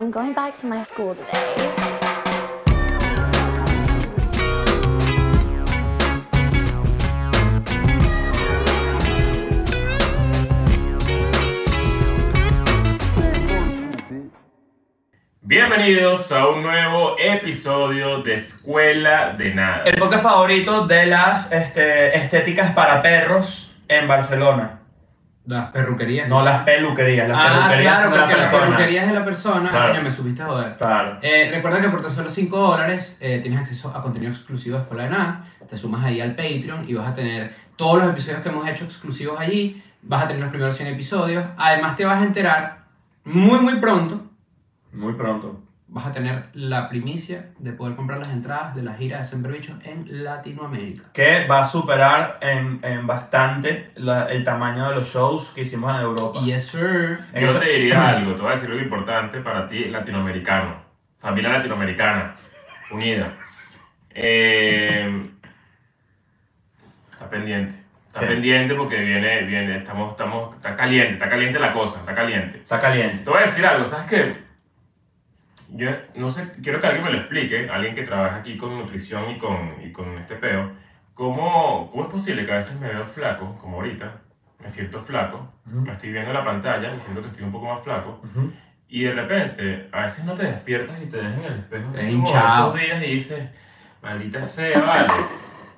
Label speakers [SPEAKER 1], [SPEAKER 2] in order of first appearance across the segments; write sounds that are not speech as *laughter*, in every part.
[SPEAKER 1] I'm going back to my school today.
[SPEAKER 2] Bienvenidos a un nuevo episodio de Escuela de Nada.
[SPEAKER 3] El podcast favorito de las este, estéticas para perros en Barcelona.
[SPEAKER 4] Las perruquerías.
[SPEAKER 3] No las peluquerías, las
[SPEAKER 4] ah,
[SPEAKER 3] peluquerías
[SPEAKER 4] claro,
[SPEAKER 3] son de
[SPEAKER 4] porque
[SPEAKER 3] la
[SPEAKER 4] las
[SPEAKER 3] persona.
[SPEAKER 4] peluquerías de la persona.
[SPEAKER 3] Claro.
[SPEAKER 4] Coño, me subiste a joder.
[SPEAKER 3] Claro.
[SPEAKER 4] Eh, recuerda que por tan solo 5 dólares eh, tienes acceso a contenido exclusivo de Escuela de Nada. Te sumas ahí al Patreon y vas a tener todos los episodios que hemos hecho exclusivos allí. Vas a tener los primeros 100 episodios. Además, te vas a enterar muy, muy pronto.
[SPEAKER 3] Muy pronto.
[SPEAKER 4] Vas a tener la primicia de poder comprar las entradas de la gira de Siempre Bichos en Latinoamérica.
[SPEAKER 3] Que va a superar en, en bastante la- el tamaño de los shows que hicimos en Europa.
[SPEAKER 4] Yes, sir.
[SPEAKER 3] En
[SPEAKER 2] Yo
[SPEAKER 3] esto-
[SPEAKER 2] te diría algo, te voy a decir algo importante para ti, latinoamericano. Familia latinoamericana, unida. Eh, está pendiente. Está
[SPEAKER 3] ¿Qué?
[SPEAKER 2] pendiente porque viene, viene, estamos, estamos, está caliente, está caliente la cosa, está caliente.
[SPEAKER 3] Está caliente.
[SPEAKER 2] Te voy a decir algo, ¿sabes qué? Yo no sé, quiero que alguien me lo explique, alguien que trabaja aquí con nutrición y con, y con este peo, ¿cómo, cómo es posible que a veces me veo flaco, como ahorita, me siento flaco, me estoy viendo la pantalla y siento que estoy un poco más flaco,
[SPEAKER 3] Ujú.
[SPEAKER 2] y de repente, a veces no te despiertas y te ves en el espejo
[SPEAKER 4] Te
[SPEAKER 2] así
[SPEAKER 4] ves
[SPEAKER 2] como
[SPEAKER 4] hinchado.
[SPEAKER 2] dos días y dices, maldita sea, vale.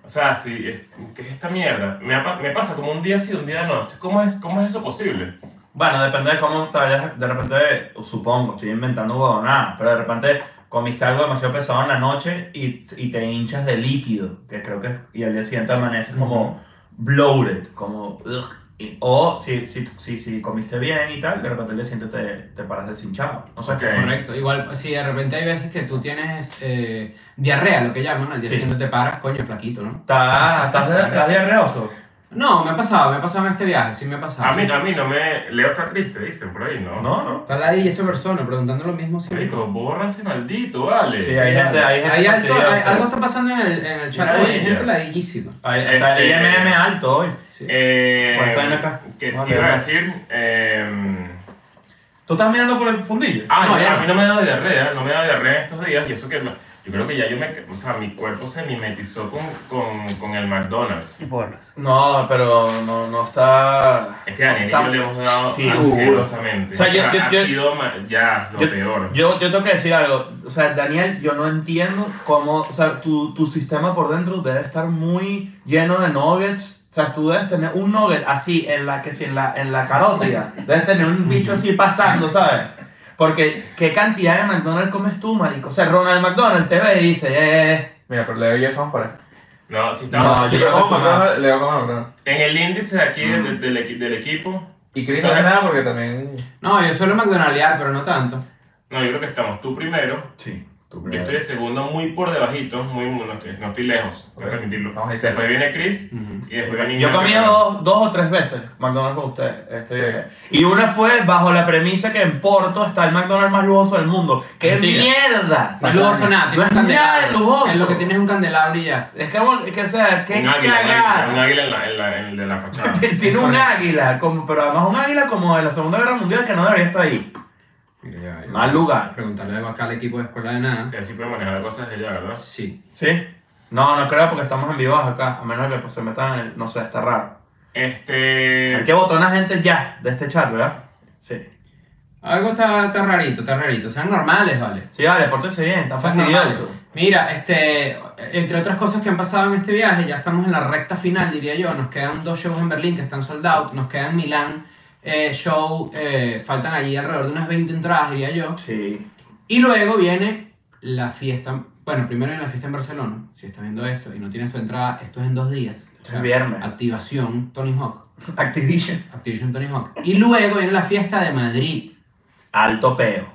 [SPEAKER 2] O sea, estoy, es- ¿qué es esta mierda? Me, ha pa- me pasa como un día sí, un día no. ¿Cómo es, cómo es eso posible?
[SPEAKER 3] Bueno, depende de cómo te vayas. De repente, supongo, estoy inventando huevonada, pero de repente comiste algo demasiado pesado en la noche y, y te hinchas de líquido, que creo que. Y al día siguiente amaneces como bloated, como. ugh. Y- o si, si, si, si comiste bien y tal, de repente al día siguiente te, te paras deshinchado. No sé
[SPEAKER 2] Ok.
[SPEAKER 3] qué.
[SPEAKER 4] Correcto, igual si de repente hay veces que tú tienes eh, diarrea, lo que llaman, al día
[SPEAKER 3] Sí.
[SPEAKER 4] siguiente te paras, coño, flaquito, ¿no?
[SPEAKER 3] ¿Estás, estás, estás diarreoso?
[SPEAKER 4] No, me ha pasado, me ha pasado en este viaje, sí me ha pasado.
[SPEAKER 2] A mí,
[SPEAKER 4] sí.
[SPEAKER 2] a mí no me... Leo está triste, dicen por ahí, ¿no?
[SPEAKER 3] No, no.
[SPEAKER 4] Está la y esa persona preguntando lo mismo siempre.
[SPEAKER 2] Marico, borra ese maldito, vale.
[SPEAKER 3] Sí, hay gente. Hay gente
[SPEAKER 4] Hay algo,
[SPEAKER 3] fastidiosa.
[SPEAKER 4] hay- algo está pasando en el, en el chat,
[SPEAKER 2] Ladilla.
[SPEAKER 4] hoy, hay gente ladillísima.
[SPEAKER 3] Hay- está el
[SPEAKER 2] Este-
[SPEAKER 3] IMM alto hoy.
[SPEAKER 4] Sí.
[SPEAKER 2] Eh,
[SPEAKER 3] Bueno, está bien acá.
[SPEAKER 2] que
[SPEAKER 3] Vale,
[SPEAKER 2] te iba a
[SPEAKER 3] vale.
[SPEAKER 2] decir... eh,
[SPEAKER 3] ¿Tú estás mirando por el fundillo?
[SPEAKER 2] ah,
[SPEAKER 4] No,
[SPEAKER 2] yo-
[SPEAKER 4] ya
[SPEAKER 2] a
[SPEAKER 4] no.
[SPEAKER 2] mí no me ha dado diarrea, no me ha dado diarrea en estos días y eso que... no- Yo creo que ya yo me... O sea, mi cuerpo se mimetizó con, con, con el McDonald's.
[SPEAKER 3] No, pero no, no está.
[SPEAKER 2] Es que a Daniel y
[SPEAKER 3] Está-
[SPEAKER 2] yo le hemos dado
[SPEAKER 3] Sí,
[SPEAKER 2] asquerosamente.
[SPEAKER 3] O sea, yo- yo-
[SPEAKER 2] ha
[SPEAKER 3] yo-
[SPEAKER 2] sido ma- ya lo
[SPEAKER 3] yo-
[SPEAKER 2] peor.
[SPEAKER 3] Yo, yo tengo que decir algo. O sea, Daniel, yo no entiendo cómo. O sea, tu, tu sistema por dentro debe estar muy lleno de nuggets. O sea, tú debes tener un nugget así en la que si en la, en la carótida. Debes tener un bicho así pasando, ¿sabes? Porque, ¿qué cantidad de McDonald's comes tú, marico? O sea, Ronald McDonald te ve y dice, eh.
[SPEAKER 5] Mira, pero Leo y yo estamos por ahí.
[SPEAKER 2] No, si
[SPEAKER 3] No,
[SPEAKER 2] estamos...
[SPEAKER 3] yo
[SPEAKER 5] Yo
[SPEAKER 3] creo que tú
[SPEAKER 5] como
[SPEAKER 3] más.
[SPEAKER 5] McDonald's, Leo como McDonald's.
[SPEAKER 2] En el índice de aquí de-
[SPEAKER 3] Mm.
[SPEAKER 2] de- del, equi- del equipo...
[SPEAKER 5] Y Chris no hace nada porque también.
[SPEAKER 4] No, yo suelo McDonaldear, pero no tanto.
[SPEAKER 2] No, yo creo que estamos tú primero,
[SPEAKER 3] Sí, tú
[SPEAKER 2] Yo estoy de segundo muy por debajito, muy, no, estoy, no estoy lejos, voy a
[SPEAKER 5] Ok.
[SPEAKER 2] permitirlo.
[SPEAKER 5] Vamos ahí cerca.
[SPEAKER 2] Después viene Chris
[SPEAKER 4] Ujú.
[SPEAKER 2] y después viene
[SPEAKER 3] Yo he
[SPEAKER 2] Ignacio.
[SPEAKER 3] comido dos, dos o tres veces McDonald's con ustedes. este
[SPEAKER 5] Sí.
[SPEAKER 3] viaje. Y una fue bajo la premisa que en Porto está el McDonald's más lujoso del mundo. ¡Qué
[SPEAKER 4] Mentira.
[SPEAKER 3] mierda!
[SPEAKER 4] No es lujoso nada,
[SPEAKER 3] No
[SPEAKER 4] tiene
[SPEAKER 3] es
[SPEAKER 4] un
[SPEAKER 3] nada de
[SPEAKER 4] candelabro.
[SPEAKER 3] lujoso.
[SPEAKER 4] Es lo que tienes es un candelabro y ya.
[SPEAKER 3] Es que, bueno, es que, o sea, qué
[SPEAKER 2] Un águila, un águila, un
[SPEAKER 3] cagada.
[SPEAKER 2] águila en, la, en, la, en el de la fachada.
[SPEAKER 3] *laughs* Tiene un águila, como, pero además un águila como de la Segunda Guerra Mundial que no debería estar ahí.
[SPEAKER 4] Mira, ya, ya.
[SPEAKER 3] Mal lugar.
[SPEAKER 4] Preguntarle de acá al equipo de escuela de nada.
[SPEAKER 2] Sí, así puede manejar cosas de ella, ¿verdad?
[SPEAKER 4] Sí.
[SPEAKER 3] ¿Sí? No, no creo porque estamos en vivos acá. A menos que pues, se metan en el. No sé, está raro. Hay
[SPEAKER 2] Este.
[SPEAKER 3] que botar a gente ya de este chat, ¿verdad? Sí.
[SPEAKER 4] Algo está, está rarito, está rarito. Sean normales, vale.
[SPEAKER 3] Sí, vale, pórtese bien, está
[SPEAKER 4] Son
[SPEAKER 3] fastidioso.
[SPEAKER 4] normales. Mira, este, entre otras cosas que han pasado en este viaje, ya estamos en la recta final, diría yo. Nos quedan dos shows en Berlín que están sold out, nos queda en Milán eh, show, eh, faltan allí alrededor de unas 20 entradas, diría yo.
[SPEAKER 3] Sí.
[SPEAKER 4] Y luego viene la fiesta, bueno, primero viene la fiesta en Barcelona, si estás viendo esto y no tienes tu entrada, esto es en dos días. O
[SPEAKER 3] es viernes.
[SPEAKER 4] Activación Tony Hawk,
[SPEAKER 3] Activision.
[SPEAKER 4] Activision Tony Hawk. Y luego viene la fiesta de Madrid.
[SPEAKER 3] Alto peo.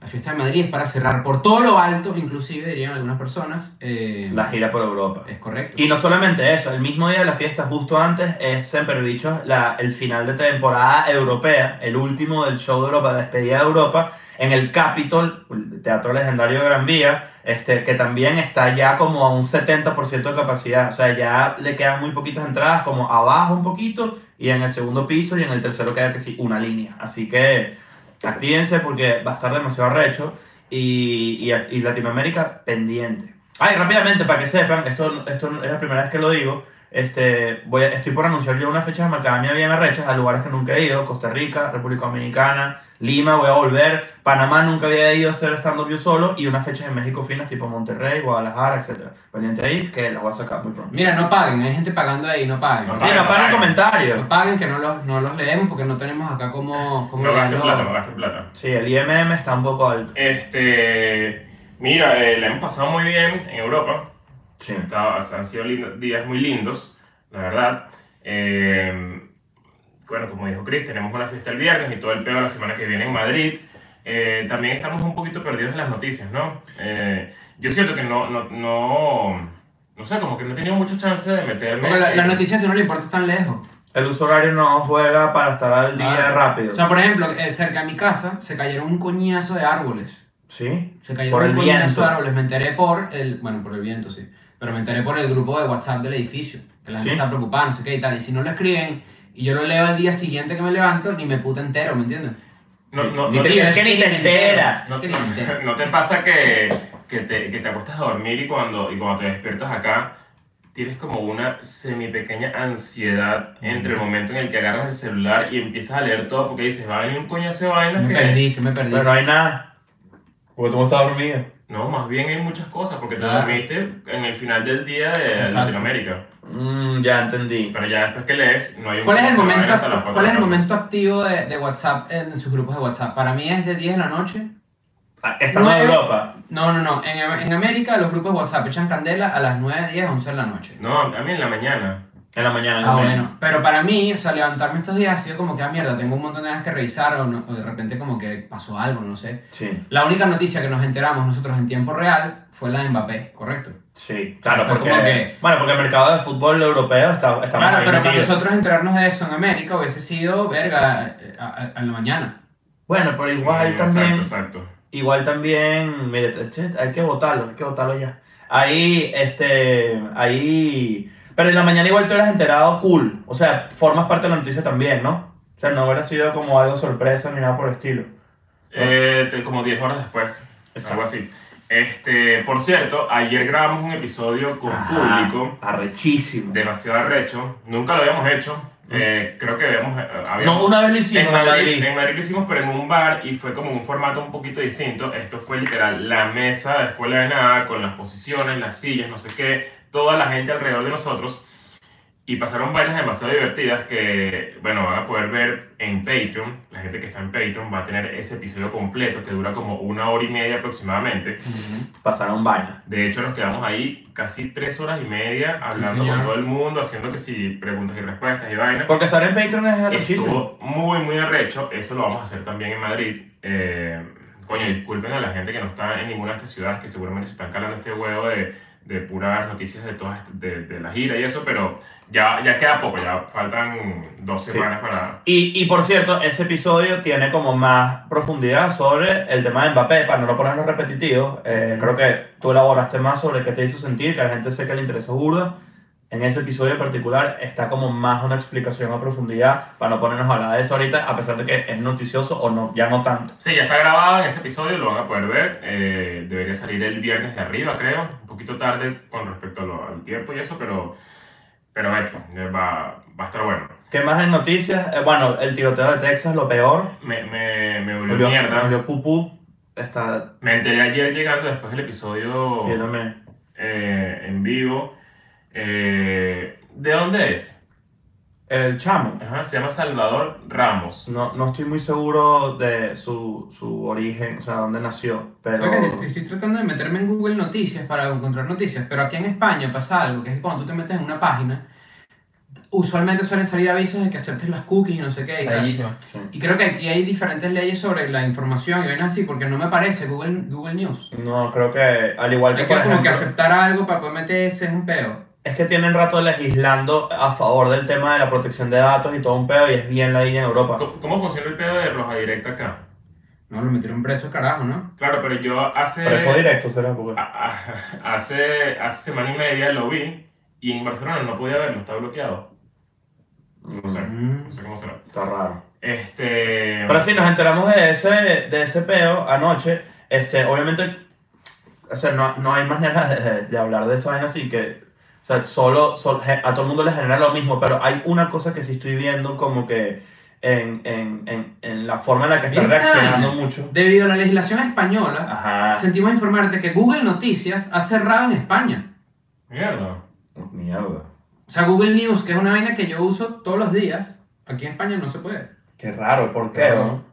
[SPEAKER 4] La fiesta de Madrid es para cerrar por todo lo alto, inclusive dirían algunas personas. eh,
[SPEAKER 3] La gira por Europa.
[SPEAKER 4] Es correcto.
[SPEAKER 3] Y no solamente eso, el mismo día de la fiesta, justo antes, es siempre dicho la, el final de temporada europea, el último del show de Europa, despedida de Europa, en el Capitol, el teatro legendario de Gran Vía, este, que también está ya como a un 70% de capacidad. O sea, ya le quedan muy poquitas entradas, como abajo un poquito, y en el segundo piso, y en el tercero queda que sí, una línea. Así que Actívense porque va a estar demasiado recho. Y, y, y Latinoamérica pendiente. Ay, rápidamente, para que sepan, esto, esto es la primera vez que lo digo. Este, voy a- estoy por anunciar yo unas fechas de Macadamia bien arrechas a lugares que nunca he ido. Costa Rica, República Dominicana, Lima, voy a volver. Panamá nunca había ido a hacer stand-up yo solo. Y unas fechas en México finas tipo Monterrey, Guadalajara, etc. Pendiente ahí, que las voy a sacar muy pronto.
[SPEAKER 4] Mira, no paguen, hay gente pagando ahí, no paguen.
[SPEAKER 2] No
[SPEAKER 3] Sí, no, para un comentario.
[SPEAKER 4] No paguen, que no los, no los leemos porque no tenemos acá como... como
[SPEAKER 2] No gastes
[SPEAKER 4] leerlo.
[SPEAKER 2] plata, no gastes plata.
[SPEAKER 3] Sí, el IMM está un poco alto.
[SPEAKER 2] Este, mira, eh, la hemos pasado muy bien en Europa.
[SPEAKER 3] Sí.
[SPEAKER 2] Está- han sido lindos- días muy lindos, la verdad. Eh, bueno, como dijo Chris, tenemos una fiesta el viernes y todo el peor la semana que viene en Madrid. Eh, también estamos un poquito perdidos en las noticias, ¿no? Eh, yo siento que no, no, no, no sé, como que no he tenido mucha chance de meterme.
[SPEAKER 4] Porque la-
[SPEAKER 2] en-
[SPEAKER 4] las noticias que no le importa están lejos.
[SPEAKER 3] El uso horario no juega para estar al día
[SPEAKER 4] Ah.
[SPEAKER 3] rápido.
[SPEAKER 4] O sea, por ejemplo, eh, cerca de mi casa se cayeron un coñazo de árboles.
[SPEAKER 3] sí.
[SPEAKER 4] Se cayeron
[SPEAKER 3] Por el
[SPEAKER 4] un coñazo
[SPEAKER 3] viento.
[SPEAKER 4] de árboles. Me enteré por el... Bueno, por el viento, sí. Pero me enteré por el grupo de WhatsApp del edificio. Que la gente
[SPEAKER 3] Sí.
[SPEAKER 4] está preocupada, no sé qué y tal. Y si no lo escriben y yo lo leo al día siguiente que me levanto, ni me puta entero, ¿me entiendes?
[SPEAKER 2] No, no,
[SPEAKER 3] Ni
[SPEAKER 2] no,
[SPEAKER 3] te-
[SPEAKER 2] te,
[SPEAKER 3] es que ni te enteras.
[SPEAKER 4] No,
[SPEAKER 2] no- *laughs* no te pasa que, que, te, que te acuestas a dormir y cuando, y cuando te despiertas acá tienes como una semi pequeña ansiedad entre
[SPEAKER 4] Mm.
[SPEAKER 2] el momento en el que agarras el celular y empiezas a leer todo porque dices, va a venir un coñazo de vainas
[SPEAKER 4] Me
[SPEAKER 2] que...
[SPEAKER 4] perdí, que me perdí.
[SPEAKER 3] Pero no hay nada. Porque tú no estás dormido.
[SPEAKER 2] No, más bien hay muchas cosas porque te
[SPEAKER 4] Claro.
[SPEAKER 2] dormiste en el final del día de
[SPEAKER 4] Exacto.
[SPEAKER 2] Latinoamérica.
[SPEAKER 3] Mm, ya entendí.
[SPEAKER 2] Pero ya después que lees, no hay un
[SPEAKER 4] ¿Cuál es el
[SPEAKER 2] coñazo de vaina
[SPEAKER 4] momento,
[SPEAKER 2] hasta las cuatro
[SPEAKER 4] ¿cuál
[SPEAKER 2] de
[SPEAKER 4] es el
[SPEAKER 2] la tarde.
[SPEAKER 4] momento activo de, de WhatsApp en, en sus grupos de WhatsApp? Para mí es de 10 de la noche.
[SPEAKER 3] Ah, Estamos en
[SPEAKER 4] Nueve.
[SPEAKER 3] Europa.
[SPEAKER 4] No, no, no. En, en América los grupos de WhatsApp echan candela a las 9, 10, 11 de la noche.
[SPEAKER 2] No, a mí en la mañana.
[SPEAKER 3] En la mañana.
[SPEAKER 4] Ah,
[SPEAKER 3] también.
[SPEAKER 4] bueno. Pero para mí, o sea, levantarme estos días ha sido como que, ah, mierda, tengo un montón de cosas que revisar o, no- o de repente como que pasó algo, no sé.
[SPEAKER 3] Sí,
[SPEAKER 4] La única noticia que nos enteramos nosotros en tiempo real fue la de Mbappé, ¿correcto?
[SPEAKER 3] sí. Claro,
[SPEAKER 4] Fue
[SPEAKER 3] porque.
[SPEAKER 4] como que-
[SPEAKER 3] Bueno, porque el mercado de fútbol europeo está, está
[SPEAKER 4] Claro,
[SPEAKER 3] muy
[SPEAKER 4] pero para
[SPEAKER 3] metido.
[SPEAKER 4] nosotros enterarnos de eso en América hubiese sido, verga, eh, a, a- a la mañana.
[SPEAKER 3] Bueno, pero igual
[SPEAKER 2] Mm,
[SPEAKER 3] también.
[SPEAKER 2] Exacto, exacto.
[SPEAKER 3] Igual también. Mire, che, hay que votarlo, hay que votarlo ya. Ahí, este. Ahí. Pero en la mañana igual tú eras enterado cool. O sea, formas parte de la noticia también, ¿no? O sea, no hubiera sido como algo sorpresa ni nada por el estilo.
[SPEAKER 2] Eh, te- como 10 horas después. Algo así. Este, por cierto, ayer grabamos un episodio con
[SPEAKER 3] Ajá,
[SPEAKER 2] público,
[SPEAKER 3] Ah, Arrechísimo.
[SPEAKER 2] demasiado arrecho. Nunca lo habíamos hecho. Eh, creo que habíamos. eh, habíamos-
[SPEAKER 3] Mm. No, una vez lo
[SPEAKER 2] en,
[SPEAKER 3] hicimos en
[SPEAKER 2] Madrid,
[SPEAKER 3] Madrid.
[SPEAKER 2] en Madrid lo hicimos, pero en un bar y fue como un formato un poquito distinto. Esto fue literal la mesa de escuela de nada, con las posiciones, las sillas, no sé qué, toda la gente alrededor de nosotros. Y pasaron vainas demasiado divertidas que, bueno, van a poder ver en Patreon. La gente que está en Patreon va a tener ese episodio completo que dura como una hora y media aproximadamente.
[SPEAKER 3] Pasaron vainas.
[SPEAKER 2] De hecho, nos quedamos ahí casi tres horas y media hablando
[SPEAKER 4] señor.
[SPEAKER 2] con todo el mundo, haciendo que si preguntas y respuestas y vaina.
[SPEAKER 3] Porque estar en Patreon es arrechísimo.
[SPEAKER 2] Estuvo muy, muy arrecho. Eso lo vamos a hacer también en Madrid. Eh, coño, disculpen a la gente que no está en ninguna de estas ciudades que seguramente se están calando este huevo de, de puras noticias de todas est- de, de la gira y eso, pero ya, ya queda poco, ya faltan dos
[SPEAKER 3] Sí.
[SPEAKER 2] semanas para.
[SPEAKER 3] Y, y por cierto, ese episodio tiene como más profundidad sobre el tema de Mbappé, para no ponernos repetitivos. eh, creo que tú elaboraste más sobre qué te hizo sentir, que a la gente sé que le interesa burda. En ese episodio en particular está como más una explicación a profundidad, para no ponernos a hablar de eso ahorita, a pesar de que es noticioso o no, ya no tanto.
[SPEAKER 2] Sí, ya está grabado en ese episodio, lo van a poder ver. Eh, debería salir el viernes de arriba, creo. Un poquito tarde con respecto a lo- al tiempo y eso, pero. Pero bueno, eh, va, va a estar bueno.
[SPEAKER 3] ¿Qué más en noticias? Eh, bueno, el tiroteo de Texas, lo peor.
[SPEAKER 2] Me, me, me volvió
[SPEAKER 3] Volvió-
[SPEAKER 2] mierda.
[SPEAKER 3] volvió pupú. Está...
[SPEAKER 2] Me enteré ayer llegando después del episodio
[SPEAKER 3] sí, también.
[SPEAKER 2] eh, en vivo. Eh, ¿De dónde es?
[SPEAKER 3] El chamo.
[SPEAKER 2] Ajá, se llama Salvador Ramos.
[SPEAKER 3] No, no estoy muy seguro de su, su origen, o sea, dónde nació, pero...
[SPEAKER 4] ¿Sabes que Estoy tratando de meterme en Google Noticias para encontrar noticias, pero aquí en España pasa algo, que es que cuando tú te metes en una página, usualmente suelen salir avisos de que aceptes las cookies y no sé qué. Y, tal.
[SPEAKER 5] Bellísimo.
[SPEAKER 3] Sí.
[SPEAKER 4] Y creo que aquí hay diferentes leyes sobre la información y vainas así, porque no me parece Google, Google News.
[SPEAKER 3] No, creo que al igual
[SPEAKER 4] Hay
[SPEAKER 3] que,
[SPEAKER 4] que
[SPEAKER 3] por
[SPEAKER 4] como que
[SPEAKER 3] ejemplo,
[SPEAKER 4] aceptar algo para poder meterse, es un peo.
[SPEAKER 3] es que tienen rato legislando a favor del tema de la protección de datos y todo un pedo y es bien la línea en Europa.
[SPEAKER 2] ¿Cómo, cómo funciona el pedo de Roja Directa acá?
[SPEAKER 4] No, lo metieron preso, carajo, ¿no?
[SPEAKER 2] Claro, pero yo hace...
[SPEAKER 3] Preso directo será porque...
[SPEAKER 2] a- a- *laughs* hace, hace semana y media lo vi y en Barcelona no podía verlo, está bloqueado.
[SPEAKER 3] Mm,
[SPEAKER 2] No sé,
[SPEAKER 4] Mm.
[SPEAKER 2] no sé cómo será.
[SPEAKER 3] Está raro.
[SPEAKER 2] Este.
[SPEAKER 3] Pero sí, nos enteramos de ese, de ese peo anoche. Este, obviamente, o sea, no, no hay manera de, de- de hablar de esa vaina así que, o sea, solo, sol- ge- a todo el mundo le genera lo mismo, pero hay una cosa que sí estoy viendo como que en, en, en, en la forma en la que está
[SPEAKER 4] Mira esta
[SPEAKER 3] reaccionando
[SPEAKER 4] vaina.
[SPEAKER 3] mucho.
[SPEAKER 4] Debido a la legislación española,
[SPEAKER 3] Ajá.
[SPEAKER 4] sentimos informarte que Google Noticias ha cerrado en España.
[SPEAKER 2] Mierda.
[SPEAKER 3] Mierda.
[SPEAKER 4] O sea, Google News, que es una vaina que yo uso todos los días, aquí en España no se puede.
[SPEAKER 3] Qué raro, ¿por qué?
[SPEAKER 5] Claro.
[SPEAKER 3] no?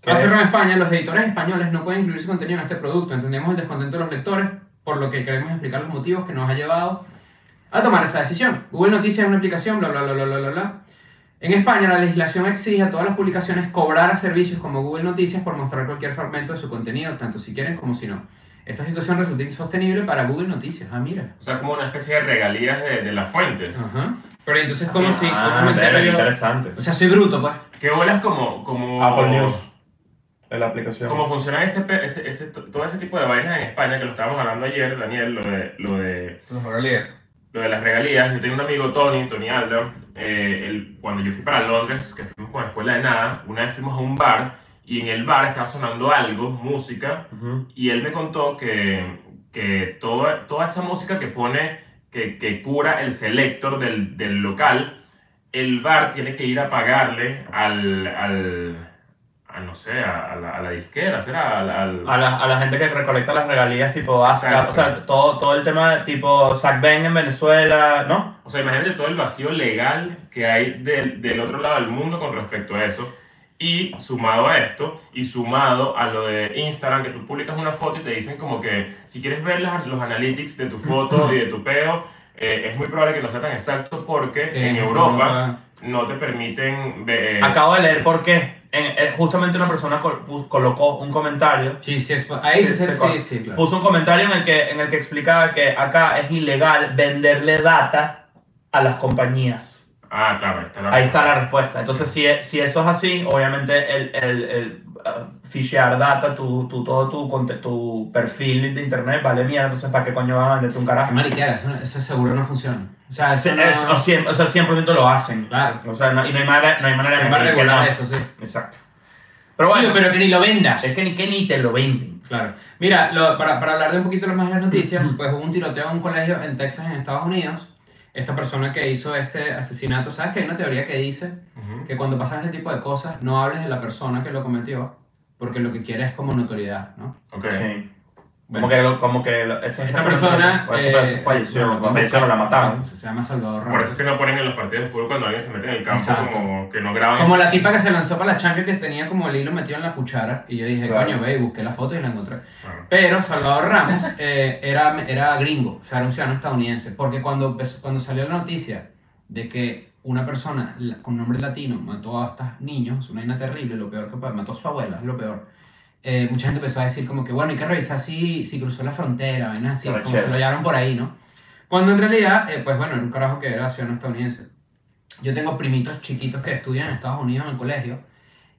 [SPEAKER 3] ¿Qué
[SPEAKER 4] Ha
[SPEAKER 3] es?
[SPEAKER 4] cerrado en España, los editores españoles no pueden incluir su contenido en este producto. Entendemos el descontento de los lectores, por lo que queremos explicar los motivos que nos ha llevado a tomar esa decisión. Google Noticias es una aplicación, bla, bla, bla, bla, bla, bla, bla. En España, la legislación exige a todas las publicaciones cobrar a servicios como Google Noticias por mostrar cualquier fragmento de su contenido, tanto si quieren como si no. Esta situación resulta insostenible para Google Noticias. Ah, mira.
[SPEAKER 2] O sea, como una especie de regalías de, de las fuentes.
[SPEAKER 4] Ajá. Pero entonces, ¿cómo si cómo
[SPEAKER 3] Pues, Ah,
[SPEAKER 4] me entero
[SPEAKER 3] verga, qué
[SPEAKER 4] yo?
[SPEAKER 3] interesante.
[SPEAKER 4] O sea, soy bruto, pues.
[SPEAKER 2] Que bolas como. como
[SPEAKER 3] Apple News. En la aplicación.
[SPEAKER 2] Cómo funciona ese, pe- ese, ese- todo ese tipo de vainas en España, que lo estábamos hablando ayer, Daniel, lo de, lo de
[SPEAKER 5] Sus regalías.
[SPEAKER 2] lo de las regalías, yo tenía un amigo Tony, Tony Alder, eh, él- cuando yo fui para Londres, que fuimos con Escuela de Nada, una vez fuimos a un bar y en el bar estaba sonando algo, música,
[SPEAKER 3] Ujú.
[SPEAKER 2] y él me contó que, que toda, toda esa música que pone, que, que cura el selector del, del local, el bar tiene que ir a pagarle al, al a no sé, a, a la, a la disquera, será al... al-
[SPEAKER 3] A la, a la gente que recolecta las regalías tipo ASCAP,
[SPEAKER 2] Exacto.
[SPEAKER 3] o sea, todo, todo el tema tipo Zach Bang en Venezuela, ¿no?
[SPEAKER 2] O sea, imagínate todo el vacío legal que hay del, del otro lado del mundo con respecto a eso. Y sumado a esto, y sumado a lo de Instagram, que tú publicas una foto y te dicen como que si quieres ver las- los analytics de tu foto y de tu peo, eh, es muy probable que no sea tan exacto porque en Europa no te permiten ver... eh,
[SPEAKER 3] Acabo de leer por qué. En- eh, justamente una persona col- pu- colocó un comentario,
[SPEAKER 4] Sí, sí, es- ahí
[SPEAKER 3] Sí,
[SPEAKER 4] sí,
[SPEAKER 3] se
[SPEAKER 4] sí,
[SPEAKER 3] corta.
[SPEAKER 4] sí, sí, claro.
[SPEAKER 3] puso un comentario en el, que, en el que explicaba que acá es ilegal venderle data a las compañías.
[SPEAKER 2] Ah, claro, ahí está la...
[SPEAKER 3] Ahí está la respuesta. Entonces, si, e- si eso es así, obviamente el, el, el ah, fichear data, tu, tu, todo tu, conte- tu perfil de internet vale mierda, entonces ¿para qué coño van a venderte un
[SPEAKER 4] Qué
[SPEAKER 3] carajo?
[SPEAKER 4] mariquera, eso, eso seguro no funciona. O sea,
[SPEAKER 3] Se-
[SPEAKER 4] eso no-
[SPEAKER 3] Ah, es- o, cien- o sea, 100% lo hacen.
[SPEAKER 4] claro.
[SPEAKER 3] O sea, no, y no hay manera, no hay manera
[SPEAKER 4] Es más
[SPEAKER 3] que- que
[SPEAKER 4] regular
[SPEAKER 3] no.
[SPEAKER 4] eso, sí.
[SPEAKER 3] Exacto. Pero bueno,
[SPEAKER 4] Tío, pero que ni lo vendas.
[SPEAKER 3] es que ni, que ni te lo venden.
[SPEAKER 4] Claro. Mira, lo- para, para hablar de un poquito más de las noticias, pues hubo un tiroteo en un colegio en Texas, en Estados Unidos. Esta persona que hizo este asesinato, ¿sabes que hay una teoría que dice
[SPEAKER 2] Ujú.
[SPEAKER 4] que cuando pasan este tipo de cosas no hables de la persona que lo cometió, porque lo que quiere es como notoriedad, ¿no?
[SPEAKER 2] Ok.
[SPEAKER 3] Sí.
[SPEAKER 4] Bueno.
[SPEAKER 3] Como que, lo- como que lo- eso,
[SPEAKER 4] Esta persona...
[SPEAKER 3] o esa persona
[SPEAKER 4] eh,
[SPEAKER 3] falleció,
[SPEAKER 4] bueno,
[SPEAKER 3] falleció, no la mataron.
[SPEAKER 4] Se llama Salvador
[SPEAKER 2] Por
[SPEAKER 4] Ramos.
[SPEAKER 2] eso es que no ponen en los partidos de fútbol cuando alguien se mete en el campo,
[SPEAKER 4] Exacto.
[SPEAKER 2] como que no graban...
[SPEAKER 4] Como la tipa que se lanzó para la Champions que tenía como el hilo metido en la cuchara. Y yo dije,
[SPEAKER 3] Claro.
[SPEAKER 4] coño, ve, y busqué la foto y la encontré.
[SPEAKER 2] Claro.
[SPEAKER 4] Pero Salvador Ramos eh, era, era gringo, o sea, era un ciudadano estadounidense. Porque cuando, empezó- cuando salió la noticia de que una persona la- con nombre latino mató a estos niños, es una vaina terrible, lo peor que puede, mató a su abuela, es lo peor. eh, mucha gente empezó a decir como que, bueno, hay que revisar si, si cruzó la frontera, vainas así, como
[SPEAKER 3] Arrechera.
[SPEAKER 4] se lo llevaron por ahí, ¿no? Cuando en realidad, eh, pues bueno, era un carajo que era ciudadano estadounidense. Yo tengo primitos chiquitos que estudian en Estados Unidos en el colegio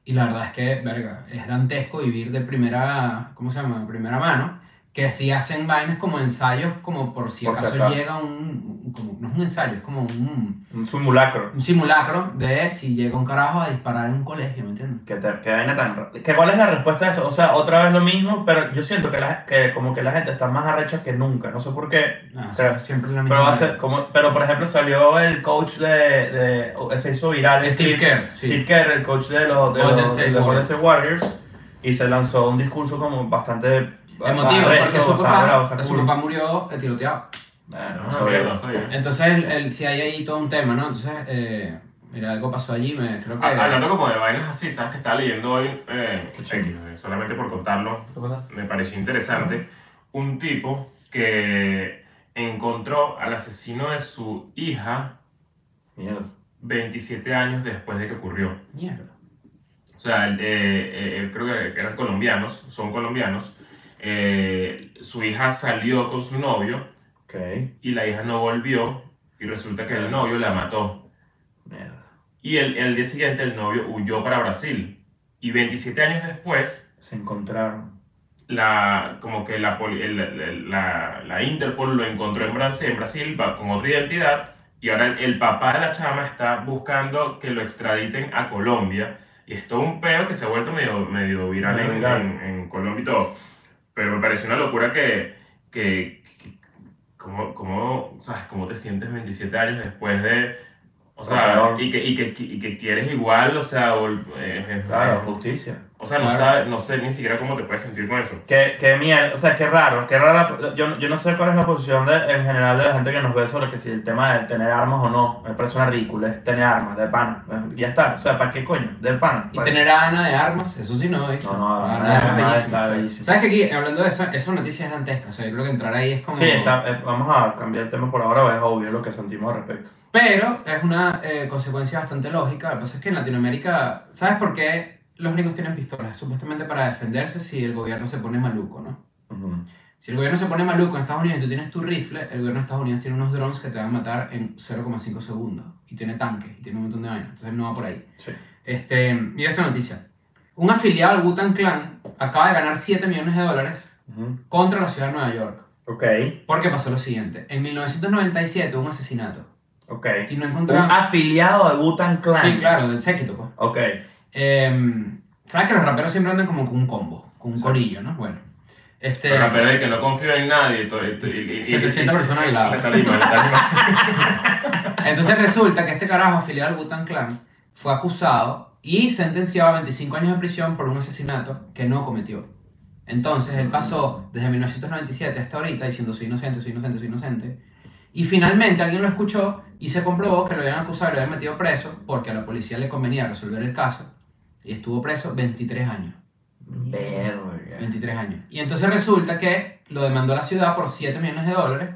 [SPEAKER 4] y la verdad es que, verga, es dantesco vivir de primera, ¿cómo se llama? Primera mano, que si hacen vainas como ensayos, como por si,
[SPEAKER 3] Por si
[SPEAKER 4] acaso,
[SPEAKER 3] acaso.
[SPEAKER 4] llega un, un- como, no es un ensayo, es como un,
[SPEAKER 3] Un simulacro.
[SPEAKER 4] un simulacro de si llega un carajo a disparar en un colegio, ¿me entiendes?
[SPEAKER 3] Que, te, que vaina tan ra- que ¿Cuál es la respuesta a esto? O sea, otra vez lo mismo, pero yo siento que, la, que como que la gente está más arrecha que nunca. No sé por qué.
[SPEAKER 4] No,
[SPEAKER 3] Pero-
[SPEAKER 4] siempre es la misma
[SPEAKER 3] Pero va a
[SPEAKER 4] vaina.
[SPEAKER 3] ser como. Pero por ejemplo, salió el coach de. de o- se hizo viral. el
[SPEAKER 4] Steve
[SPEAKER 3] clip-
[SPEAKER 4] Kerr, sí.
[SPEAKER 3] Steve Kerr, el coach de los de
[SPEAKER 4] Golden
[SPEAKER 3] los-
[SPEAKER 4] State
[SPEAKER 3] de los Golden
[SPEAKER 4] Warriors.
[SPEAKER 3] State Warriors. Y se lanzó un discurso como bastante.
[SPEAKER 4] Emotivo,
[SPEAKER 3] arrecho,
[SPEAKER 4] porque su
[SPEAKER 3] está bravo,
[SPEAKER 4] papá,
[SPEAKER 3] está
[SPEAKER 4] su
[SPEAKER 3] cool.
[SPEAKER 4] papá murió eh, tiroteado.
[SPEAKER 3] Bueno,
[SPEAKER 2] No
[SPEAKER 3] no sabía.
[SPEAKER 2] sabía, Ah, no sabía.
[SPEAKER 4] Entonces, el, el- si hay ahí todo un tema, ¿no? Entonces, eh, mira, algo pasó allí, me, creo que...
[SPEAKER 2] Ah, Hablando como de vainas así, ¿sabes que estaba leyendo hoy? eh,
[SPEAKER 3] Eh, Qué chingo.
[SPEAKER 2] eh, solamente por contarlo,
[SPEAKER 5] ¿Qué pasa?
[SPEAKER 2] me pareció interesante. Un tipo que encontró al asesino de su hija
[SPEAKER 3] Mierda.
[SPEAKER 2] 27 años después de que ocurrió.
[SPEAKER 4] Mierda.
[SPEAKER 2] O sea, el- eh, eh, creo que eran colombianos, son colombianos. Eh, su hija salió con su novio
[SPEAKER 3] Ok.
[SPEAKER 2] y la hija no volvió y resulta que el novio la mató.
[SPEAKER 3] Mierda.
[SPEAKER 2] Y el, el día siguiente el novio huyó para Brasil. Y 27 años después,
[SPEAKER 3] Se encontraron.
[SPEAKER 2] la, como que la, poli- el- el- la, la Interpol lo encontró en Brasil, en Brasil va con otra identidad y Y ahora el, el papá de la chama está buscando que lo extraditen a Colombia. Y es todo un peo que se ha vuelto medio, medio viral
[SPEAKER 3] Medio
[SPEAKER 2] en,
[SPEAKER 3] viral.
[SPEAKER 2] en- en Colombia y todo. Pero me parece una locura que... que, que- ¿cómo, cómo, sabes, ¿Cómo te sientes 27 años después de...? O sea,
[SPEAKER 3] Peor.
[SPEAKER 2] y que, y, que, y que quieres igual, o sea, vol- eh, eh,
[SPEAKER 3] Claro, justicia.
[SPEAKER 2] o sea, no,
[SPEAKER 4] Claro.
[SPEAKER 2] sabe- no sé ni siquiera cómo te puedes sentir con eso.
[SPEAKER 3] Qué, qué mierda, o sea, qué raro, qué rara. Yo, yo no sé cuál es la posición de- en general de la gente que nos ve sobre que si el tema de tener armas o no. Me parece una ridícula, es tener armas, de pana. Eh, Ya está, o sea, ¿para qué coño? De pana.
[SPEAKER 4] Y
[SPEAKER 3] ¿para
[SPEAKER 4] tener Ah, a Ana de armas, eso sí no es.
[SPEAKER 3] No, no,
[SPEAKER 4] Ana,
[SPEAKER 3] Ana
[SPEAKER 4] de
[SPEAKER 3] de
[SPEAKER 4] armas
[SPEAKER 3] Armas
[SPEAKER 4] bellísima.
[SPEAKER 3] está bellísima.
[SPEAKER 4] ¿Sabes que aquí, hablando de esa, esa noticia es gigantesca? O sea, yo creo que entrar ahí es como.
[SPEAKER 3] Sí, está, eh, vamos a cambiar el tema por ahora, es obvio lo que sentimos al respecto.
[SPEAKER 4] Pero es una eh, consecuencia bastante lógica. Lo que pasa es que en Latinoamérica, ¿sabes por qué los gringos tienen pistolas? Supuestamente para defenderse si el gobierno se pone maluco, ¿no?
[SPEAKER 3] Ujú.
[SPEAKER 4] Si el gobierno se pone maluco en Estados Unidos y tú tienes tu rifle, el gobierno de Estados Unidos tiene unos drones que te van a matar en 0,5 segundos. Y tiene tanques, y tiene un montón de vainas. Entonces no va por ahí.
[SPEAKER 3] Sí.
[SPEAKER 4] Este, mira esta noticia. Un afiliado al Wu-Tang Clan acaba de ganar 7 millones de dólares
[SPEAKER 3] Ujú.
[SPEAKER 4] contra la ciudad de Nueva York.
[SPEAKER 3] Ok,
[SPEAKER 4] Porque pasó lo siguiente. En 1997 hubo un asesinato.
[SPEAKER 3] ok.
[SPEAKER 4] Y no
[SPEAKER 3] Un
[SPEAKER 4] encontraron...
[SPEAKER 3] afiliado al Butan Clan.
[SPEAKER 4] Sí, claro, del séquito, pues.
[SPEAKER 3] Ok,
[SPEAKER 4] Em, ¿Sabes que los raperos siempre andan como con un combo, con un
[SPEAKER 3] Sí.
[SPEAKER 4] corillo, no? Bueno. Este,
[SPEAKER 2] Pero, pero es que no confío en nadie. y todo- y- y- y-
[SPEAKER 4] 700
[SPEAKER 2] y-
[SPEAKER 4] personas al lado.
[SPEAKER 2] Me salí mal, me salí mal.
[SPEAKER 4] *laughs* Entonces resulta que este carajo afiliado al Wu-Tang Clan fue acusado y sentenciado a 25 años de prisión por un asesinato que no cometió. Entonces él pasó desde 1997 hasta ahorita diciendo soy inocente, soy inocente, soy inocente. Y finalmente alguien lo escuchó y se comprobó que lo habían acusado y lo habían metido preso porque a la policía le convenía resolver el caso. Y estuvo preso 23 años.
[SPEAKER 3] verga.
[SPEAKER 4] 23 años. Y entonces resulta que lo demandó la ciudad por 7 millones de dólares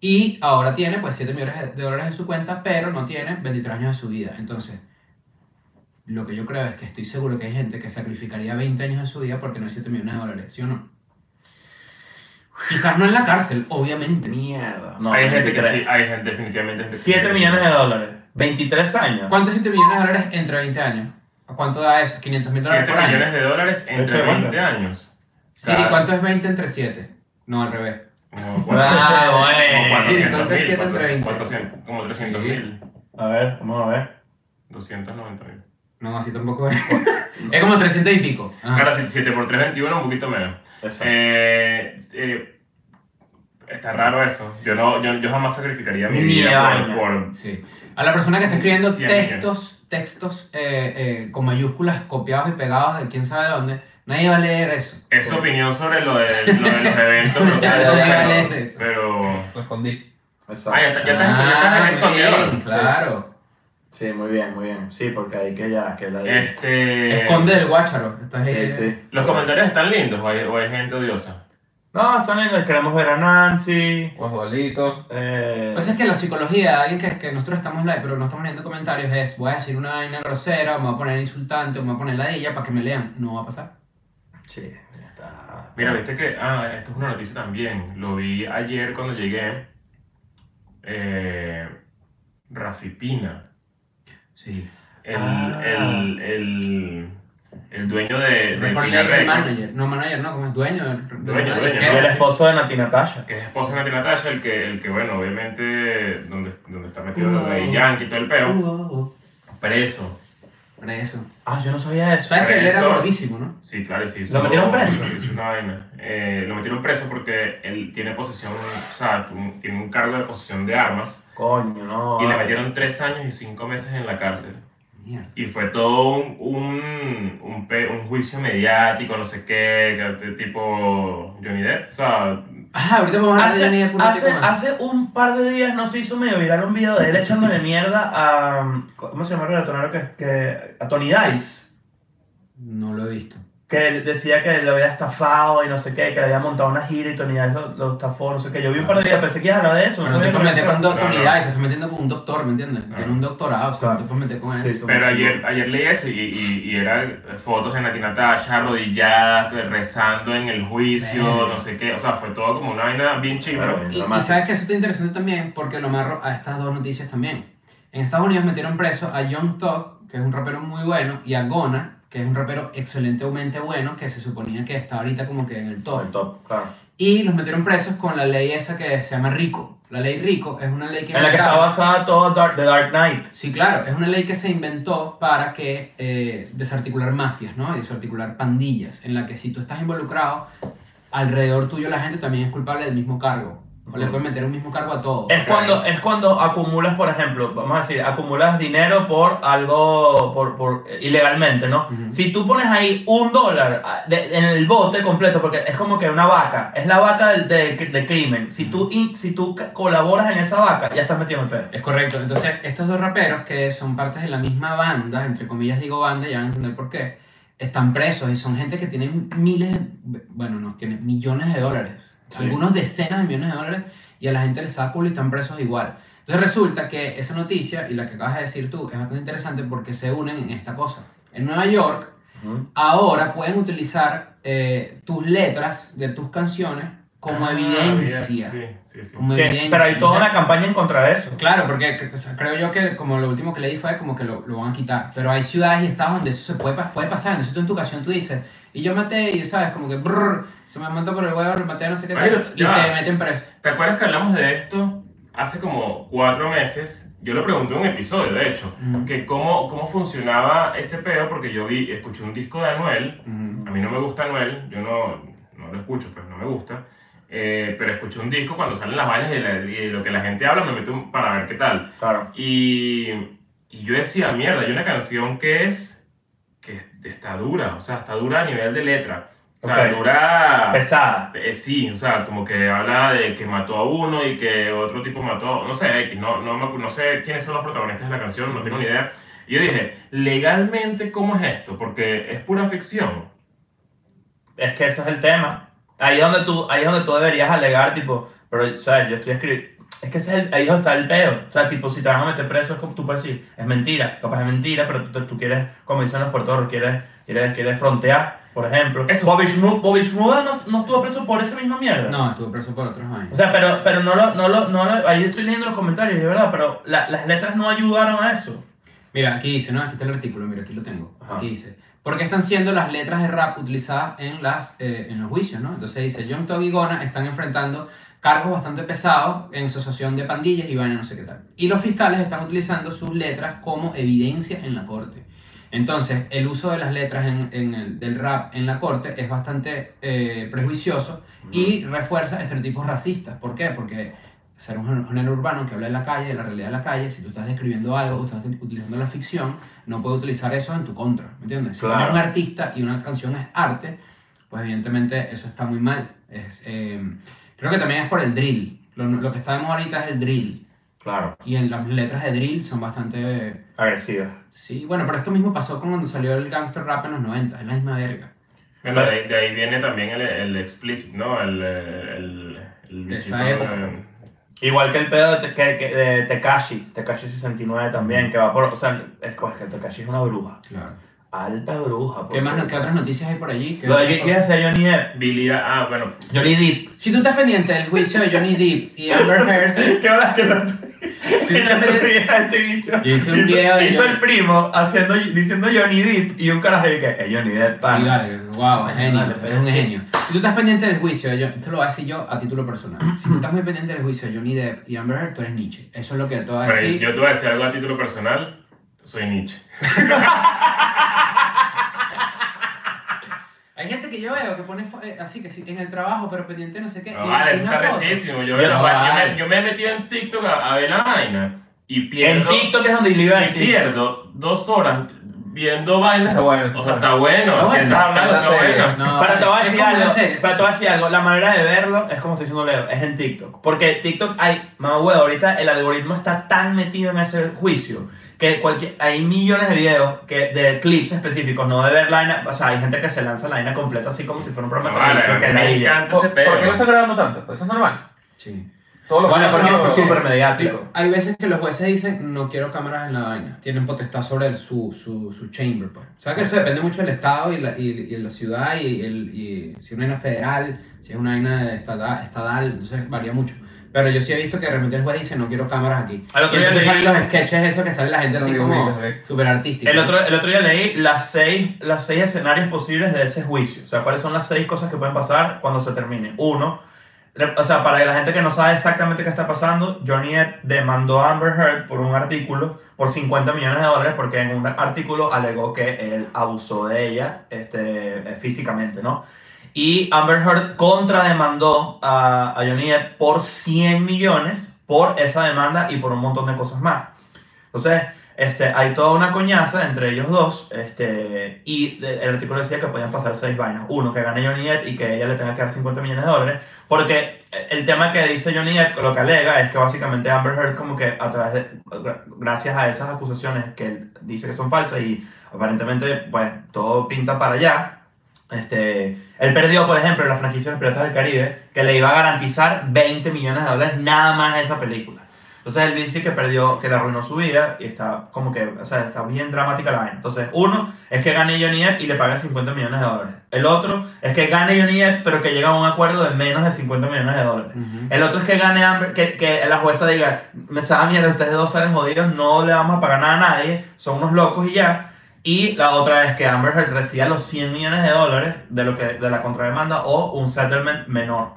[SPEAKER 4] y ahora tiene pues 7 millones de- de dólares en su cuenta, pero no tiene 23 años de su vida. Entonces, lo que yo creo es que estoy seguro que hay gente que sacrificaría 20 años de su vida por tener 7 millones de dólares, ¿sí o no? Quizás no en la cárcel, obviamente.
[SPEAKER 3] Mierda. No,
[SPEAKER 2] hay gente que
[SPEAKER 3] 23.
[SPEAKER 2] sí, hay gente definitivamente. gente que
[SPEAKER 3] 7
[SPEAKER 2] sí.
[SPEAKER 3] millones de dólares. 23 años.
[SPEAKER 4] ¿Cuánto es 7 millones de dólares entre 20 años? ¿A cuánto da eso? ¿500 mil dólares
[SPEAKER 2] 7
[SPEAKER 4] por año?
[SPEAKER 2] millones de dólares
[SPEAKER 3] Hecho
[SPEAKER 2] entre
[SPEAKER 3] de cuenta.
[SPEAKER 2] 20 años.
[SPEAKER 4] Sí, ¿y ¿cuánto es 20 entre 7? No, al revés. *laughs*
[SPEAKER 2] Como cuatro-
[SPEAKER 3] Ah,
[SPEAKER 2] como
[SPEAKER 3] bueno.
[SPEAKER 4] Sí,
[SPEAKER 2] 400
[SPEAKER 4] ¿cuánto es
[SPEAKER 2] mil,
[SPEAKER 4] siete entre
[SPEAKER 2] cuatro-
[SPEAKER 4] 20?
[SPEAKER 2] 400, Como 300
[SPEAKER 4] Sí.
[SPEAKER 2] mil.
[SPEAKER 3] A ver, vamos a ver.
[SPEAKER 2] 290 mil.
[SPEAKER 4] No, así tampoco es. es como 300 y pico. Ajá.
[SPEAKER 2] Claro, 7 por 3, 21, un poquito menos.
[SPEAKER 3] Eso.
[SPEAKER 2] Eh, eh, está raro eso. Yo, no, yo, yo jamás sacrificaría mi
[SPEAKER 3] Ni
[SPEAKER 2] vida
[SPEAKER 3] vaina.
[SPEAKER 2] por, por,
[SPEAKER 4] Sí. A la persona que está escribiendo
[SPEAKER 2] Cien
[SPEAKER 4] textos, textos eh, eh, con mayúsculas copiados y pegados de quién sabe dónde, nadie va a leer eso.
[SPEAKER 2] Es su opinión sobre lo de, lo
[SPEAKER 4] *laughs*
[SPEAKER 2] de los
[SPEAKER 4] Ya,
[SPEAKER 2] eventos
[SPEAKER 4] ya, ya,
[SPEAKER 2] locales,
[SPEAKER 4] ya, eso.
[SPEAKER 2] pero... pero...
[SPEAKER 5] Lo escondí.
[SPEAKER 3] Exacto.
[SPEAKER 2] Ah, ya está, ya está, ya está
[SPEAKER 4] Ah,
[SPEAKER 2] en el
[SPEAKER 4] muy bien,
[SPEAKER 2] escondedor.
[SPEAKER 4] claro.
[SPEAKER 3] Sí, muy bien, muy bien. Sí, porque ahí que ya, que la
[SPEAKER 2] Este...
[SPEAKER 4] Esconde el guácharo. Estás ahí. eh.
[SPEAKER 3] Sí, sí.
[SPEAKER 2] eh, ¿Los comentarios están lindos o hay, o hay gente odiosa?
[SPEAKER 3] No, están lindos. Queremos ver a Nancy.
[SPEAKER 5] Los bolitos.
[SPEAKER 3] Eh,
[SPEAKER 4] Lo que pasa Pues es que la psicología de alguien que, que nosotros estamos live pero no estamos leyendo comentarios es voy a decir una vaina grosera, o me voy a poner insultante, o me voy a poner ladilla para que me lean. No va a pasar.
[SPEAKER 3] Sí, ya está.
[SPEAKER 2] Mira, viste que... Ah, esto es una noticia también. Lo vi ayer cuando llegué. Eh, Rafi Pina.
[SPEAKER 4] Sí.
[SPEAKER 2] El,
[SPEAKER 3] Ah.
[SPEAKER 2] el, el, el dueño de, de Pina Records.
[SPEAKER 4] manager. No, manager, no, como es dueño del- del-
[SPEAKER 2] Eh, Dueño,
[SPEAKER 4] del-
[SPEAKER 2] dueño,
[SPEAKER 4] ¿qué?
[SPEAKER 3] Y el esposo de Nati Natasha.
[SPEAKER 2] Que es esposo de Nati Natasha, el que, el que, bueno, obviamente, donde, donde está metido
[SPEAKER 4] Wow.
[SPEAKER 2] lo de Yankee y todo el
[SPEAKER 4] Uh.
[SPEAKER 2] peo, preso.
[SPEAKER 4] Preso.
[SPEAKER 3] Ah, yo no sabía eso.
[SPEAKER 4] ¿Sabes que él era
[SPEAKER 2] Preso.
[SPEAKER 4] gordísimo, no?
[SPEAKER 2] Sí, claro, y se hizo.
[SPEAKER 3] ¿Lo metieron preso?
[SPEAKER 2] se hizo una vaina. Eh, lo metieron preso porque él tiene posesión, o sea, tu- tiene un cargo de posesión de armas.
[SPEAKER 3] Coño, no.
[SPEAKER 2] Y le metieron tres años y cinco meses en la cárcel.
[SPEAKER 4] Mierda.
[SPEAKER 2] Y fue todo un, un, un, pe- un juicio mediático, no sé qué, que- tipo Johnny Depp. O sea,
[SPEAKER 4] Ah, ahorita vamos a hablar de Johnny
[SPEAKER 3] Hace,
[SPEAKER 4] Depp un
[SPEAKER 3] hace,
[SPEAKER 4] ratico más.
[SPEAKER 3] hace un par de días no se hizo medio viral un video de él echándole mierda a. ¿Cómo se llama el relatonero que, que. a Tony Dice?
[SPEAKER 4] No lo he visto.
[SPEAKER 3] Que él decía que le había estafado y no sé qué, que le había montado una gira y Tony Dice lo, lo estafó, no sé qué. Yo vi un par de días, pensé que iba a hablar de eso.
[SPEAKER 4] Pero no
[SPEAKER 3] no
[SPEAKER 4] te
[SPEAKER 3] sabía
[SPEAKER 4] puedes
[SPEAKER 3] que
[SPEAKER 4] meter
[SPEAKER 3] era
[SPEAKER 4] con
[SPEAKER 3] eso.
[SPEAKER 4] dos
[SPEAKER 2] No, no.
[SPEAKER 4] tonidades, te estás metiendo con un doctor, ¿me entiendes?
[SPEAKER 2] No.
[SPEAKER 4] Tiene un doctorado, o sea, no
[SPEAKER 3] Claro.
[SPEAKER 4] te puedes meter con él.
[SPEAKER 3] Sí, estuvo
[SPEAKER 2] pero
[SPEAKER 3] muy
[SPEAKER 2] ayer,
[SPEAKER 3] chido.
[SPEAKER 2] ayer leí eso y, y, y eran fotos de Nati Natasha arrodillada, que rezando en el juicio,
[SPEAKER 4] Verga.
[SPEAKER 2] no sé qué. O sea, fue todo como una vaina bien
[SPEAKER 3] Claro,
[SPEAKER 2] chimba.
[SPEAKER 3] bien,
[SPEAKER 4] Y,
[SPEAKER 3] nada
[SPEAKER 4] y
[SPEAKER 3] más.
[SPEAKER 4] sabes que eso está interesante también porque lo amarro a estas dos noticias también. En Estados Unidos metieron preso a Young Thug, que es un rapero muy bueno, y a Gona, que que es un rapero excelentemente bueno, que se suponía que está ahorita como que en el top.
[SPEAKER 3] El top, claro.
[SPEAKER 4] Y los metieron presos con la ley esa que se llama Rico. La ley Rico es una ley que...
[SPEAKER 3] En la que está
[SPEAKER 4] inventaron-
[SPEAKER 3] basada todo Dark, The Dark Knight.
[SPEAKER 4] Sí, claro, es una ley que se inventó para que eh, desarticular mafias, ¿no? Y desarticular pandillas, en la que si tú estás involucrado, alrededor tuyo la gente también es culpable del mismo cargo. O le
[SPEAKER 3] Ujú.
[SPEAKER 4] pueden meter un mismo cargo a todos.
[SPEAKER 3] Es cuando, es cuando acumulas, por ejemplo, vamos a decir, acumulas dinero por algo, por, por, eh, ilegalmente, ¿no?
[SPEAKER 4] Ujú.
[SPEAKER 3] Si tú pones ahí un dólar ah, de- en el bote completo, porque es como que una vaca, es la vaca del del- del crimen. Si tú, in- si tú ca- colaboras en esa vaca, ya estás metido en el pedo.
[SPEAKER 4] Es correcto. Entonces, estos dos raperos que son partes de la misma banda, entre comillas digo banda, ya van a entender por qué, están presos y son gente que tienen miles, de- bueno, no, tienen millones de dólares.
[SPEAKER 2] Sí.
[SPEAKER 4] Algunos decenas de millones de dólares y a la gente les saca culo y están presos igual. Entonces resulta que esa noticia y la que acabas de decir tú es bastante interesante porque se unen en esta cosa. En Nueva York ahora pueden utilizar eh, tus letras de tus canciones como
[SPEAKER 2] Ah,
[SPEAKER 4] evidencia.
[SPEAKER 2] Sí, sí, sí.
[SPEAKER 4] Como
[SPEAKER 3] Que-
[SPEAKER 4] evidencia.
[SPEAKER 3] pero hay toda
[SPEAKER 4] O sea,
[SPEAKER 3] una campaña en contra de eso.
[SPEAKER 4] Claro, porque cre- o sea, creo yo que como lo último que leí fue como que lo, lo van a quitar. Pero hay ciudades y estados donde eso se puede, pa- puede pasar. Entonces tú en tu canción tú dices, y yo maté, y sabes, como que brrr, se me mandó por el huevo, lo maté, no sé qué tal,
[SPEAKER 2] Marico,
[SPEAKER 4] y
[SPEAKER 2] ya va.
[SPEAKER 4] te meten preso.
[SPEAKER 2] ¿Te acuerdas que hablamos de esto hace como cuatro meses? Yo lo pregunté en un episodio, de hecho,
[SPEAKER 4] Ujú.
[SPEAKER 2] que cómo, cómo funcionaba ese peo, porque yo vi, escuché un disco de Anuel,
[SPEAKER 4] Ujú.
[SPEAKER 2] a mí no me gusta Anuel, yo no, no lo escucho, pues no me gusta, eh, pero escuché un disco cuando salen las vainas y, la- y lo que la gente habla me meto un- para ver qué tal.
[SPEAKER 3] Claro.
[SPEAKER 2] Y, y yo decía, mierda, hay una canción que es, que está dura, o sea, está dura a nivel de letra. O sea,
[SPEAKER 3] Ok.
[SPEAKER 2] dura...
[SPEAKER 3] Pesada.
[SPEAKER 2] Eh, sí, o sea, como que habla de que mató a uno y que otro tipo mató, no sé, X, no, no, me acu- no sé quiénes son los protagonistas de la canción, no tengo ni idea. Y yo dije, legalmente, ¿cómo es esto? Porque es pura ficción.
[SPEAKER 3] Es que ese es el tema. Ahí es donde tú, ahí es donde tú deberías alegar, tipo, pero, ¿sabes? Yo estoy escribiendo. Es que ese es el- ahí es donde está el peo. O sea, tipo, si te van a meter preso, es como tú puedes decir, es mentira. Capaz es mentira, pero tú, tú quieres, como dicen los puertorros, quieres, quieres, quieres frontear, por ejemplo.
[SPEAKER 2] Eso.
[SPEAKER 3] Bobby, Shmur- Bobby Shmurda no, no estuvo preso por esa misma mierda.
[SPEAKER 4] No, estuvo preso por otros años.
[SPEAKER 3] O sea, pero, pero no, lo, no, lo, no lo- Ahí estoy leyendo los comentarios, de verdad, pero la- las letras no ayudaron a eso.
[SPEAKER 4] Mira, aquí dice, ¿no? Aquí está el artículo, mira, aquí lo tengo.
[SPEAKER 3] Ajá.
[SPEAKER 4] Aquí dice, ¿por qué están siendo las letras de rap utilizadas en, las, eh, en los juicios, no? Entonces dice, John Tog y Gona están enfrentando cargos bastante pesados en asociación de pandillas y vaina no sé qué tal. Y los fiscales están utilizando sus letras como evidencia en la corte. Entonces, el uso de las letras en, en el- del rap en la corte es bastante eh, prejuicioso y
[SPEAKER 3] Mm.
[SPEAKER 4] refuerza estereotipos racistas. ¿Por qué? Porque ser un gen- género urbano que habla de la calle, de la realidad de la calle, si tú estás describiendo algo o estás utilizando la ficción, no puedes utilizar eso en tu contra, ¿me entiendes? Si
[SPEAKER 3] Claro.
[SPEAKER 4] eres un artista y una canción es arte, pues evidentemente eso está muy mal. Es, eh, creo que también es por el drill. Lo, lo que estamos ahorita es el drill.
[SPEAKER 3] Claro,
[SPEAKER 4] Y en las letras de drill son bastante... eh,
[SPEAKER 3] agresivas.
[SPEAKER 4] Sí, bueno, pero esto mismo pasó con cuando salió el gangster rap en los 90, es la misma verga.
[SPEAKER 2] Bueno, de, ahí- de ahí viene también el, el explicit, ¿no? El, el, el
[SPEAKER 4] De esa
[SPEAKER 2] bichito,
[SPEAKER 4] época.
[SPEAKER 2] eh,
[SPEAKER 3] Igual que el pedo de, que- que- de Tekashi, Tekashi 69 también, que va por. O sea, es, pues que Tekashi es una bruja.
[SPEAKER 4] Claro.
[SPEAKER 3] Alta bruja, por
[SPEAKER 4] ¿Qué, más,
[SPEAKER 3] cierto.
[SPEAKER 4] ¿Qué otras noticias hay por allí? ¿Qué
[SPEAKER 3] Lo de
[SPEAKER 4] otras
[SPEAKER 3] que
[SPEAKER 4] cosas?
[SPEAKER 3] quieres Johnny Depp.
[SPEAKER 2] Billy, ah, bueno,
[SPEAKER 3] Johnny Depp. *laughs*
[SPEAKER 4] Si tú estás pendiente del juicio de Johnny Depp y Amber Heard,
[SPEAKER 3] ¿Qué verdad que no te- *laughs*
[SPEAKER 4] Sí,
[SPEAKER 3] no te digas este bicho?
[SPEAKER 4] Hice un video de
[SPEAKER 3] hizo
[SPEAKER 4] Johnny-
[SPEAKER 3] el primo haciendo, diciendo Johnny Depp y un carajo y que es Johnny Depp,
[SPEAKER 4] Sí,
[SPEAKER 3] pana.
[SPEAKER 4] vale, wow,
[SPEAKER 3] Bueno,
[SPEAKER 4] genio,
[SPEAKER 3] dale, pero
[SPEAKER 4] eres un
[SPEAKER 3] es que-
[SPEAKER 4] genio. Si tú estás pendiente del juicio, de John- esto lo voy a decir yo a título personal. Si tú estás muy pendiente del juicio de Johnny Depp y Amber Heard, tú eres Nietzsche. Eso es lo que te voy a
[SPEAKER 2] pero
[SPEAKER 4] decir.
[SPEAKER 2] yo te voy a decir algo a título personal, soy Nietzsche.
[SPEAKER 4] Hay gente que yo veo que pone fo- eh, así, que sí, en el trabajo, pero pendiente no sé qué.
[SPEAKER 2] No,
[SPEAKER 4] y-
[SPEAKER 2] Ah, vale,
[SPEAKER 4] y
[SPEAKER 2] eso
[SPEAKER 4] una
[SPEAKER 2] está
[SPEAKER 4] foto.
[SPEAKER 2] rechísimo. Yo,
[SPEAKER 3] Yo-
[SPEAKER 2] yo,
[SPEAKER 4] vale.
[SPEAKER 2] me, yo me he metido en TikTok a, a ver la vaina y pierdo...
[SPEAKER 3] En TikTok es donde yo iba a
[SPEAKER 2] me
[SPEAKER 3] decir.
[SPEAKER 2] pierdo dos horas viendo bailes.
[SPEAKER 5] Está bueno, está
[SPEAKER 2] O sea,
[SPEAKER 5] bueno.
[SPEAKER 2] está bueno.
[SPEAKER 4] Está bueno.
[SPEAKER 2] Está hablando,
[SPEAKER 5] Está
[SPEAKER 2] está
[SPEAKER 5] serio.
[SPEAKER 2] bueno.
[SPEAKER 4] No,
[SPEAKER 3] Pero te voy a
[SPEAKER 4] Ah, es
[SPEAKER 3] decir
[SPEAKER 4] como una
[SPEAKER 3] algo,
[SPEAKER 4] serie,
[SPEAKER 3] pero te voy a decir algo, la manera de verlo es como estoy diciendo Leo, es en TikTok. Porque TikTok hay, mamá huevo, ahorita el algoritmo está tan metido en ese juicio que cualquier, hay millones de videos que, de clips específicos, no de ver la vaina, o sea, hay gente que se lanza la vaina completa así como si fuera un programa de
[SPEAKER 2] Ah, Vale,
[SPEAKER 3] televisión que
[SPEAKER 2] me
[SPEAKER 3] ladilla.
[SPEAKER 2] encanta ese
[SPEAKER 5] ¿Por qué no
[SPEAKER 2] pedo.
[SPEAKER 5] está grabando tanto? Pues Eso es normal.
[SPEAKER 4] Sí.
[SPEAKER 5] Todos los
[SPEAKER 4] Bueno,
[SPEAKER 5] jueces
[SPEAKER 4] porque-
[SPEAKER 5] son
[SPEAKER 3] Es
[SPEAKER 5] los-
[SPEAKER 3] súper mediático.
[SPEAKER 4] Hay veces que los jueces dicen, no quiero cámaras en la vaina. Tienen potestad sobre el- su, su, su chamber, pues. O sea que eso depende mucho del estado y la, y, y la ciudad y, el, y si es una vaina federal, si es una vaina estatal, estatal, entonces varía mucho. Pero yo sí he visto que de repente el juez dice, no quiero cámaras aquí.
[SPEAKER 3] Al otro
[SPEAKER 4] y
[SPEAKER 3] día
[SPEAKER 4] entonces
[SPEAKER 3] leí-
[SPEAKER 4] salen los sketches esos que sale la gente así
[SPEAKER 5] Los
[SPEAKER 4] como
[SPEAKER 5] dibujitos, ¿eh?
[SPEAKER 4] súper artística.
[SPEAKER 3] El otro, el otro día leí las seis, las seis escenarios posibles de ese juicio. O sea, cuáles son las seis cosas que pueden pasar cuando se termine. Uno, re- o sea, para la gente que no sabe exactamente qué está pasando, Johnny Depp demandó a Amber Heard por un artículo por 50 millones de dólares porque en un artículo alegó que él abusó de ella este, eh, físicamente, ¿no? Y Amber Heard contrademandó a, a Johnny Depp por 100 millones por esa demanda y por un montón de cosas más. Entonces, este, hay toda una coñaza entre ellos dos. Este, y de- el artículo decía que podían pasar seis vainas. Uno, que gane Johnny Depp y que ella le tenga que dar 50 millones de dólares. Porque el tema que dice Johnny Depp, lo que alega es que básicamente Amber Heard como que a través de, gra- gracias a esas acusaciones que él dice que son falsas y aparentemente pues todo pinta para allá. Este, él perdió, por ejemplo, en la franquicia de los Piratas del Caribe, que le iba a garantizar 20 millones de dólares nada más a esa película. Entonces él dice que perdió, que le arruinó su vida y está como que, o sea, está bien dramática la vaina. Entonces, uno es que gane Johnny Depp y le pague 50 millones de dólares. El otro es que gane Johnny Depp, pero que llega a un acuerdo de menos de 50 millones de dólares.
[SPEAKER 4] Ujú.
[SPEAKER 3] El otro es que gane Amber, que, que la jueza diga, me sabe mierda, ustedes dos salen jodidos, no le vamos a pagar nada a nadie, son unos locos y ya. Y la otra es que Amber Heard reciba los 100 millones de dólares de, lo que, de la contrademanda o un settlement menor.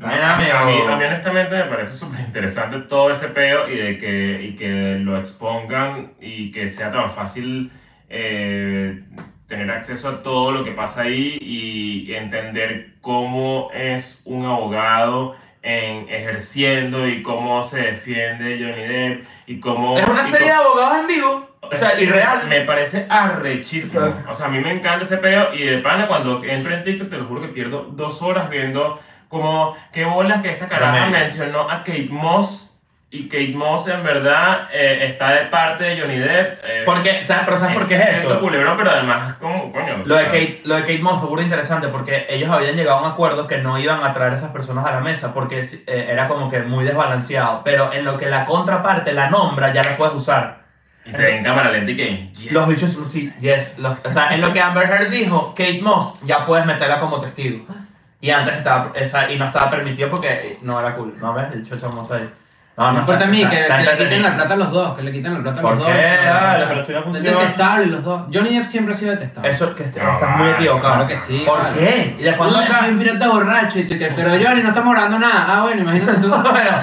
[SPEAKER 2] Ah, A,
[SPEAKER 3] Mira,
[SPEAKER 2] mí,
[SPEAKER 3] amigo.
[SPEAKER 2] a mí honestamente me parece súper interesante todo ese peo y de que, y que lo expongan y que sea tan fácil eh, tener acceso a todo lo que pasa ahí y entender cómo es un abogado en ejerciendo y cómo se defiende Johnny Depp y cómo...
[SPEAKER 3] Es una
[SPEAKER 2] y
[SPEAKER 3] serie de
[SPEAKER 2] cómo-
[SPEAKER 3] abogados en vivo,
[SPEAKER 2] *laughs*
[SPEAKER 3] o sea, irreal.
[SPEAKER 2] Me parece arrechísimo.
[SPEAKER 5] Exacto.
[SPEAKER 2] O sea, a mí me encanta ese peo y de pana cuando entro en TikTok te lo juro que pierdo dos horas viendo como qué bolas que esta caraja
[SPEAKER 3] Dame.
[SPEAKER 2] mencionó a Kate Moss y Kate Moss en verdad eh, está de parte de Johnny Depp. eh,
[SPEAKER 3] Porque, ¿sabes? Pero ¿sabes por qué es
[SPEAKER 2] cierto
[SPEAKER 3] eso?
[SPEAKER 2] culebrón, pero además como coño.
[SPEAKER 3] Lo de,
[SPEAKER 2] o sea,
[SPEAKER 3] Kate, lo de Kate Moss fue burda interesante porque ellos habían llegado a un acuerdo que no iban a traer a esas personas a la mesa porque es- eh, era como que muy desbalanceado. Pero en lo que la contraparte la nombra, ya la puedes usar.
[SPEAKER 2] Y se ve en cámara lenta y que. yes.
[SPEAKER 3] Los bichos son sí, yes. los- o sea, en lo que Amber Heard dijo, Kate Moss, ya puedes meterla como testigo. Y antes estaba, esa, y no estaba permitido porque no era cool. No ves, el chocho no está ahí. No,
[SPEAKER 4] No
[SPEAKER 3] no
[SPEAKER 4] importa
[SPEAKER 3] está,
[SPEAKER 4] a mí,
[SPEAKER 3] está-
[SPEAKER 4] que,
[SPEAKER 3] está
[SPEAKER 4] que le quiten
[SPEAKER 3] entretenido.
[SPEAKER 4] la plata a los dos, que le quiten la plata a los
[SPEAKER 3] ¿Por
[SPEAKER 4] dos.
[SPEAKER 3] qué? Ah, la
[SPEAKER 4] no, no.
[SPEAKER 3] operación
[SPEAKER 4] Es
[SPEAKER 3] funciona.
[SPEAKER 4] detestable los dos. Johnny Depp siempre ha sido detestable.
[SPEAKER 3] Eso que est-
[SPEAKER 2] No,
[SPEAKER 3] estás muy
[SPEAKER 2] vale,
[SPEAKER 3] equivocado.
[SPEAKER 4] Claro que sí.
[SPEAKER 3] ¿Por
[SPEAKER 4] vale.
[SPEAKER 3] qué? ¿Y de
[SPEAKER 4] Tú
[SPEAKER 3] cuándo acá?
[SPEAKER 4] eres un pirata borracho y tú que, pero Johnny, no estamos grabando nada. Ah, bueno, imagínate
[SPEAKER 3] *laughs*
[SPEAKER 4] tú.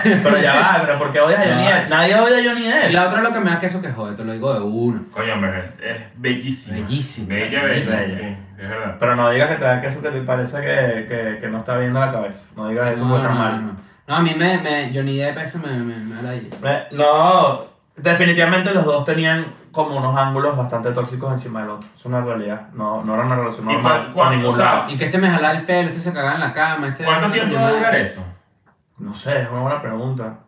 [SPEAKER 3] pero, pero ya va, pero ¿por qué odias a Johnny
[SPEAKER 4] No.
[SPEAKER 3] Depp? Nadie odia a Johnny
[SPEAKER 4] Y
[SPEAKER 3] Depp.
[SPEAKER 4] la otra lo que me da queso que jode, te lo digo de uno.
[SPEAKER 2] Coño, hombre, es, es bellísima.
[SPEAKER 4] Bellísima,
[SPEAKER 2] Bella, bella,
[SPEAKER 3] bellísima.
[SPEAKER 2] sí, es verdad.
[SPEAKER 3] Pero no digas que te da queso que te parece que, que, que no está viendo la cabeza. No digas eso
[SPEAKER 4] no,
[SPEAKER 3] porque
[SPEAKER 4] no,
[SPEAKER 3] está
[SPEAKER 4] no,
[SPEAKER 3] mal.
[SPEAKER 4] no. No, a mí me, me Johnny Depp eso me, me, me da la idea.
[SPEAKER 3] Eh, No, definitivamente los dos tenían como unos ángulos bastante tóxicos encima del otro. Es una realidad. No, no era una relación
[SPEAKER 2] ¿Y
[SPEAKER 3] normal
[SPEAKER 2] cuál-
[SPEAKER 3] por
[SPEAKER 2] cuál?
[SPEAKER 3] ningún
[SPEAKER 2] O sea,
[SPEAKER 3] lado.
[SPEAKER 4] Y que este me jalaba el pelo, este se cagaba en la cama, este...
[SPEAKER 2] ¿Cuánto tiempo va a durar eso?
[SPEAKER 3] No sé, es una buena pregunta.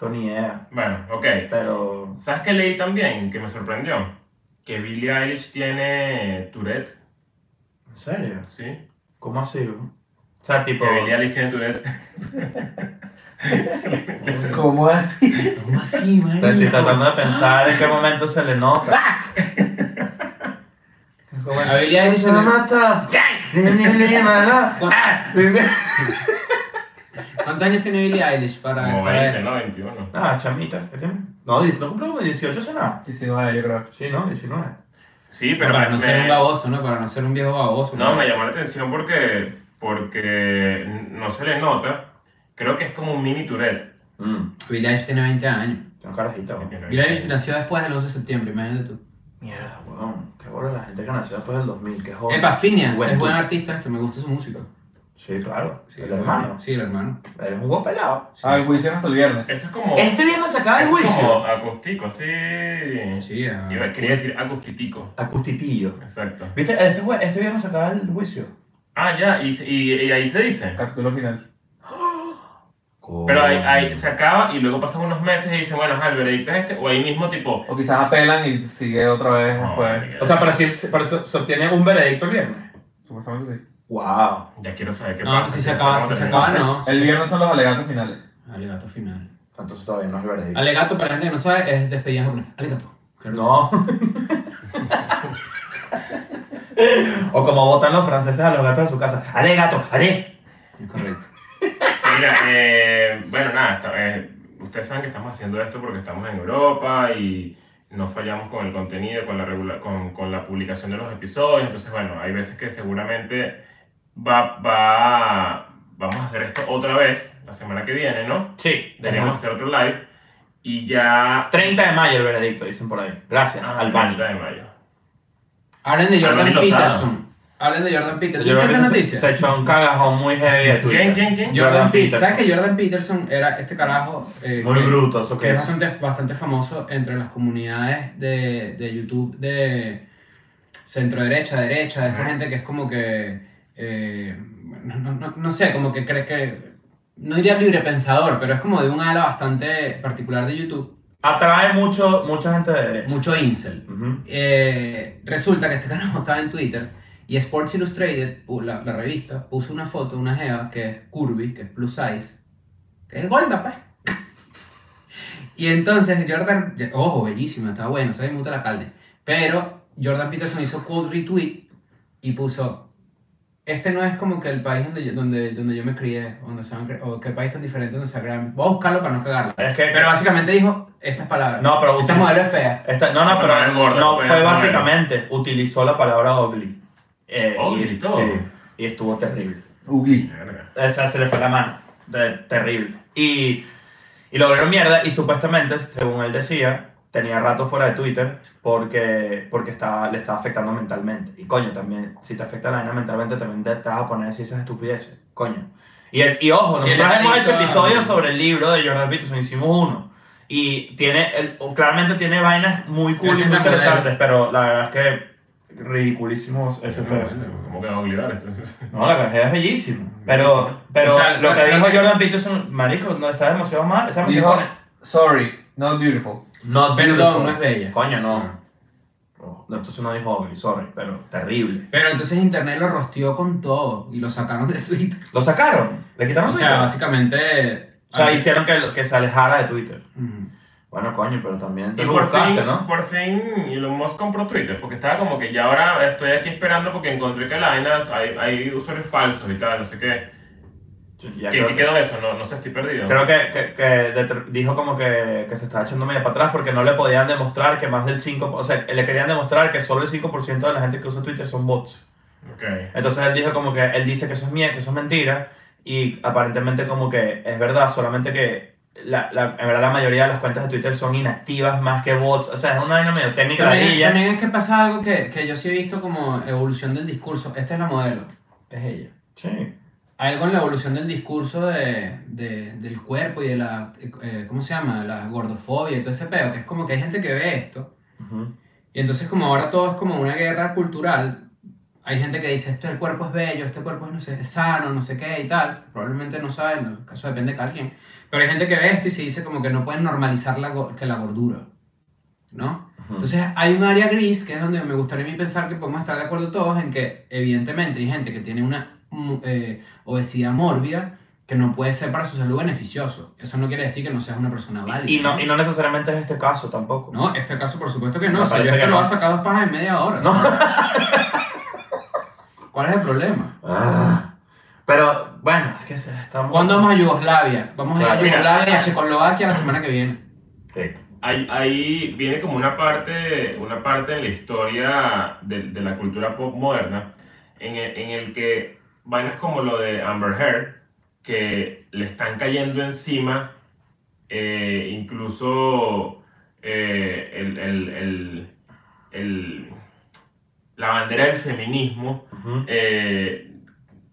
[SPEAKER 3] No ni idea.
[SPEAKER 2] Bueno, ok.
[SPEAKER 3] Pero.
[SPEAKER 2] ¿Sabes qué leí también que me sorprendió? Que Billie Eilish tiene Tourette,
[SPEAKER 3] ¿En serio?
[SPEAKER 2] ¿sí?
[SPEAKER 3] ¿Cómo así? bro? O sea, tipo.
[SPEAKER 2] Que Billie Eilish
[SPEAKER 4] *laughs*
[SPEAKER 2] tiene Tourette.
[SPEAKER 5] ¿Cómo así?
[SPEAKER 4] ¿Cómo así, man?
[SPEAKER 3] Te estoy tratando de pensar en qué momento se le nota.
[SPEAKER 4] Habilidad de
[SPEAKER 3] Se lo mata. *laughs*
[SPEAKER 4] ¿Cuántos años tiene Billie Eilish para
[SPEAKER 2] Como 20,
[SPEAKER 4] saber?
[SPEAKER 2] ¿no? 21.
[SPEAKER 3] Ah, chamita, ¿qué tiene? No, di- no cumple como 18 hace nada.
[SPEAKER 5] 19, yo creo.
[SPEAKER 3] Sí, no, 19.
[SPEAKER 2] Sí, pero
[SPEAKER 4] Pero para
[SPEAKER 2] me,
[SPEAKER 4] no ser
[SPEAKER 2] me-
[SPEAKER 4] un baboso, ¿no? Para no ser un viejo baboso.
[SPEAKER 2] no, me llamó la atención porque, porque no se le nota. Creo que es como un mini Tourette.
[SPEAKER 3] Mm,
[SPEAKER 4] Billie Eilish tiene 20 años.
[SPEAKER 3] tiene un carajito. weón.
[SPEAKER 4] Billie Eilish nació después del 11 de septiembre, imagínate tú.
[SPEAKER 3] Mierda, weón. Qué bola la gente que nació después del 2000, qué joder.
[SPEAKER 4] Epa, Phineas,
[SPEAKER 3] Bueno,
[SPEAKER 4] es
[SPEAKER 3] tú.
[SPEAKER 4] buen artista este, me gusta su música.
[SPEAKER 3] Sí, claro.
[SPEAKER 4] Sí,
[SPEAKER 3] el hermano.
[SPEAKER 4] Sí, el hermano.
[SPEAKER 3] Eres un guapo pelado.
[SPEAKER 5] Ah, el juicio es hasta el viernes.
[SPEAKER 2] Eso es como,
[SPEAKER 3] Este viernes sacaba el
[SPEAKER 2] eso es
[SPEAKER 3] juicio.
[SPEAKER 2] como acústico, así.
[SPEAKER 4] Sí, ah.
[SPEAKER 2] Yo quería decir acústico.
[SPEAKER 3] Acustitillo.
[SPEAKER 2] Exacto.
[SPEAKER 3] ¿Viste? Este, jue- este viernes sacaba el juicio.
[SPEAKER 2] Ah, ya, y, se- y- y ahí se dice.
[SPEAKER 5] Capítulo final.
[SPEAKER 2] Pero
[SPEAKER 4] Oh.
[SPEAKER 2] ahí, ahí se acaba y luego pasan unos meses y dicen, bueno, ajá, el veredicto es este, o ahí mismo tipo...
[SPEAKER 5] O quizás apelan y sigue otra vez
[SPEAKER 2] no,
[SPEAKER 5] después.
[SPEAKER 2] marica,
[SPEAKER 3] O sea, pero, sí, pero se, se obtiene un veredicto el viernes.
[SPEAKER 5] Supuestamente sí.
[SPEAKER 3] Wow.
[SPEAKER 2] ya quiero saber qué
[SPEAKER 4] No,
[SPEAKER 2] pasa.
[SPEAKER 4] si se
[SPEAKER 2] ya sé
[SPEAKER 4] acaba,
[SPEAKER 2] cómo
[SPEAKER 4] si se
[SPEAKER 2] terminó.
[SPEAKER 4] acaba, no.
[SPEAKER 5] El viernes son los alegatos finales.
[SPEAKER 4] Alegato final.
[SPEAKER 3] Entonces todavía no es el veredicto.
[SPEAKER 4] Alegato, para la gente que no sabe, es despedida en japonés. Alegato. Claro que
[SPEAKER 3] No. o como votan los franceses a los gatos de su casa. Ale, gato, ale.
[SPEAKER 4] sí, Es correcto.
[SPEAKER 2] Mira, eh, bueno, nada, esta- eh, ustedes saben que estamos haciendo esto porque estamos en Europa y no fallamos con el contenido, con la, regula- con, con la publicación de los episodios. Entonces, bueno, hay veces que seguramente va, va, vamos a hacer esto otra vez la semana que viene, ¿no?
[SPEAKER 3] Sí,
[SPEAKER 2] Deberíamos hacer otro live y ya...
[SPEAKER 3] 30 de mayo el veredicto, dicen por ahí. Gracias,
[SPEAKER 2] Ah,
[SPEAKER 3] Albani.
[SPEAKER 2] 30 de mayo.
[SPEAKER 4] Hablen de Jordan
[SPEAKER 2] Albany Lozano.
[SPEAKER 4] Peterson. Hablen de Jordan Peterson. ¿Qué
[SPEAKER 3] Jordan
[SPEAKER 4] es esa
[SPEAKER 3] Peterson
[SPEAKER 4] noticia?
[SPEAKER 3] Se echó un cagajón muy heavy de Twitter.
[SPEAKER 2] ¿Quién, quién, quién?
[SPEAKER 4] Jordan
[SPEAKER 3] Jordan
[SPEAKER 4] Peterson. ¿Sabes
[SPEAKER 3] Peterson.
[SPEAKER 4] que Jordan Peterson era este carajo? eh,
[SPEAKER 3] Muy
[SPEAKER 4] que-
[SPEAKER 3] bruto, eso
[SPEAKER 4] que
[SPEAKER 3] que
[SPEAKER 4] es
[SPEAKER 3] es.
[SPEAKER 4] bastante, bastante famoso entre las comunidades de, de YouTube de centro derecha, derecha, de esta
[SPEAKER 2] Ujú.
[SPEAKER 4] gente que es como que, eh, no, no- no- no sé, como que cree que, no diría libre pensador, pero es como de un ala bastante particular de YouTube,
[SPEAKER 3] Atrae mucho, mucha gente de derecha.
[SPEAKER 4] mucho incel.
[SPEAKER 3] Ujú.
[SPEAKER 4] Eh, resulta que este carajo *laughs* estaba en Twitter y Sports Illustrated, pu- la, la revista, puso una foto de una jeva que es curvy, que es plus size, que es gorda, pues. *laughs* Y entonces Jordan, ojo, bellísima, está buena, sabe mucho la carne. Pero Jordan Peterson hizo quote retweet y puso, este no es como que el país donde yo, donde, donde yo me crié, donde se han cre- o qué país tan diferente donde se ha creado. Voy a buscarlo para no cagarla.
[SPEAKER 3] Es que.
[SPEAKER 4] Pero básicamente dijo estas palabras.
[SPEAKER 3] no, pero
[SPEAKER 4] esta
[SPEAKER 3] utiliz-
[SPEAKER 4] modelo es fea.
[SPEAKER 3] esta- no, no,
[SPEAKER 2] No, no,
[SPEAKER 3] pero
[SPEAKER 2] es gorda,
[SPEAKER 3] no,
[SPEAKER 2] pues,
[SPEAKER 3] fue
[SPEAKER 2] no,
[SPEAKER 3] básicamente, utilizó la palabra ugly. Eh,
[SPEAKER 2] Ugly,
[SPEAKER 3] y-
[SPEAKER 2] todo.
[SPEAKER 3] sí, y estuvo terrible.
[SPEAKER 5] Ugly.
[SPEAKER 2] Verga.
[SPEAKER 3] O sea, se le fue la mano. De- terrible. Y, y lo vieron mierda y supuestamente, según él decía, tenía rato fuera de Twitter porque, porque estaba, le estaba afectando mentalmente. Y coño, también, si te afecta la vaina mentalmente, también te, te vas a poner a decir esas estupideces. Coño. Y, el- y ojo,
[SPEAKER 4] Sí, él
[SPEAKER 3] nosotros
[SPEAKER 4] es
[SPEAKER 3] hemos hecho
[SPEAKER 4] adicto a-
[SPEAKER 3] episodios sobre el libro de Jordan Peterson, hicimos uno. Y tiene, el- o claramente tiene vainas muy cool
[SPEAKER 4] Este
[SPEAKER 3] y
[SPEAKER 4] es
[SPEAKER 3] muy
[SPEAKER 4] la manera.
[SPEAKER 3] interesantes, pero la verdad es que ridiculísimos ese
[SPEAKER 2] No,
[SPEAKER 3] pedo.
[SPEAKER 2] bueno, ¿Cómo que va a obligar? Entonces,
[SPEAKER 3] No, la cajera es bellísima. Pero, pero
[SPEAKER 4] O sea,
[SPEAKER 3] lo que
[SPEAKER 4] la-
[SPEAKER 3] dijo
[SPEAKER 4] la-
[SPEAKER 3] Jordan Peterson, marico, no está demasiado mal. Está demasiado
[SPEAKER 5] Dijo,
[SPEAKER 3] mal.
[SPEAKER 5] sorry, not beautiful.
[SPEAKER 3] No,
[SPEAKER 4] Perdón, no es bella.
[SPEAKER 3] Coño, no. No, entonces no dijo ugly, sorry, pero terrible.
[SPEAKER 4] Pero entonces Internet lo rosteó con todo y lo sacaron de Twitter.
[SPEAKER 3] Lo sacaron, le quitaron
[SPEAKER 4] O sea,
[SPEAKER 3] Twitter.
[SPEAKER 4] básicamente...
[SPEAKER 3] pues, O sea, hicieron que, que se alejara de Twitter.
[SPEAKER 4] Mm.
[SPEAKER 3] Bueno, coño, pero también te
[SPEAKER 2] Y
[SPEAKER 3] lo
[SPEAKER 2] por
[SPEAKER 3] buscaste,
[SPEAKER 2] fin,
[SPEAKER 3] ¿no?
[SPEAKER 2] por fin Elon Musk compró Twitter, porque estaba como que ya ahora estoy aquí esperando porque encontré que la vaina hay, hay usuarios falsos y tal, no sé qué.
[SPEAKER 3] Yo ya
[SPEAKER 2] ¿Qué,
[SPEAKER 3] creo
[SPEAKER 2] qué
[SPEAKER 3] que-
[SPEAKER 2] quedó eso? No, no sé, estoy perdido.
[SPEAKER 3] Creo que, que- que detr- dijo como que, que se estaba echando medio para atrás porque no le podían demostrar que más del 5%, o sea, le querían demostrar que solo el 5% de la gente que usa Twitter son bots.
[SPEAKER 2] Ok.
[SPEAKER 3] Entonces él dijo como que él dice que eso es mía, que eso es mentira y aparentemente como que es verdad, solamente que la, la- en verdad la mayoría de las cuentas de Twitter son inactivas más que bots, o sea, es una vaina medio técnica
[SPEAKER 4] También,
[SPEAKER 3] ladilla.
[SPEAKER 4] también es que pasa algo que, que yo sí he visto como evolución del discurso. Esta es la modelo, es ella.
[SPEAKER 3] Sí.
[SPEAKER 4] Hay algo en la evolución del discurso de, de- del cuerpo y de la... eh, ¿Cómo se llama? La gordofobia y todo ese pedo. Que es como que hay gente que ve esto
[SPEAKER 3] Ujú.
[SPEAKER 4] Y entonces como ahora todo es como una guerra cultural, hay gente que dice, este cuerpo es bello, este cuerpo es, no sé, es sano, no sé qué y tal, probablemente no saben, el caso depende de cada quien, pero hay gente que ve esto y se dice como que no pueden normalizar la, go- que la gordura, ¿no?
[SPEAKER 3] Ujú.
[SPEAKER 4] Entonces hay un área gris que es donde me gustaría a mí pensar que podemos estar de acuerdo todos en que evidentemente hay gente que tiene una mm, eh, obesidad mórbida que no puede ser para su salud beneficioso. Eso no quiere decir que no seas una persona válida.
[SPEAKER 3] y, no, y no necesariamente es este caso tampoco.
[SPEAKER 4] No, este caso por supuesto que
[SPEAKER 3] Me
[SPEAKER 4] no. O sea, yo
[SPEAKER 3] parece
[SPEAKER 4] esto
[SPEAKER 3] que
[SPEAKER 4] lo
[SPEAKER 3] no.
[SPEAKER 4] va a sacar dos pajas en media hora.
[SPEAKER 3] No.
[SPEAKER 4] ¿Cuál es el problema?
[SPEAKER 3] Ah. Pero bueno, es que se- estamos...
[SPEAKER 4] ¿Cuándo vamos a Yugoslavia? Vamos a ir a
[SPEAKER 3] Claro,
[SPEAKER 2] mira.
[SPEAKER 4] Yugoslavia y a Checoslovaquia la semana que viene.
[SPEAKER 3] Sí.
[SPEAKER 2] Ahí, ahí viene como una parte, una parte en la historia de, de la cultura pop moderna en el, en el que vainas como lo de Amber Heard, que le están cayendo encima eh, incluso eh, el- el- el- el- la bandera del feminismo
[SPEAKER 3] Ujú.
[SPEAKER 2] eh,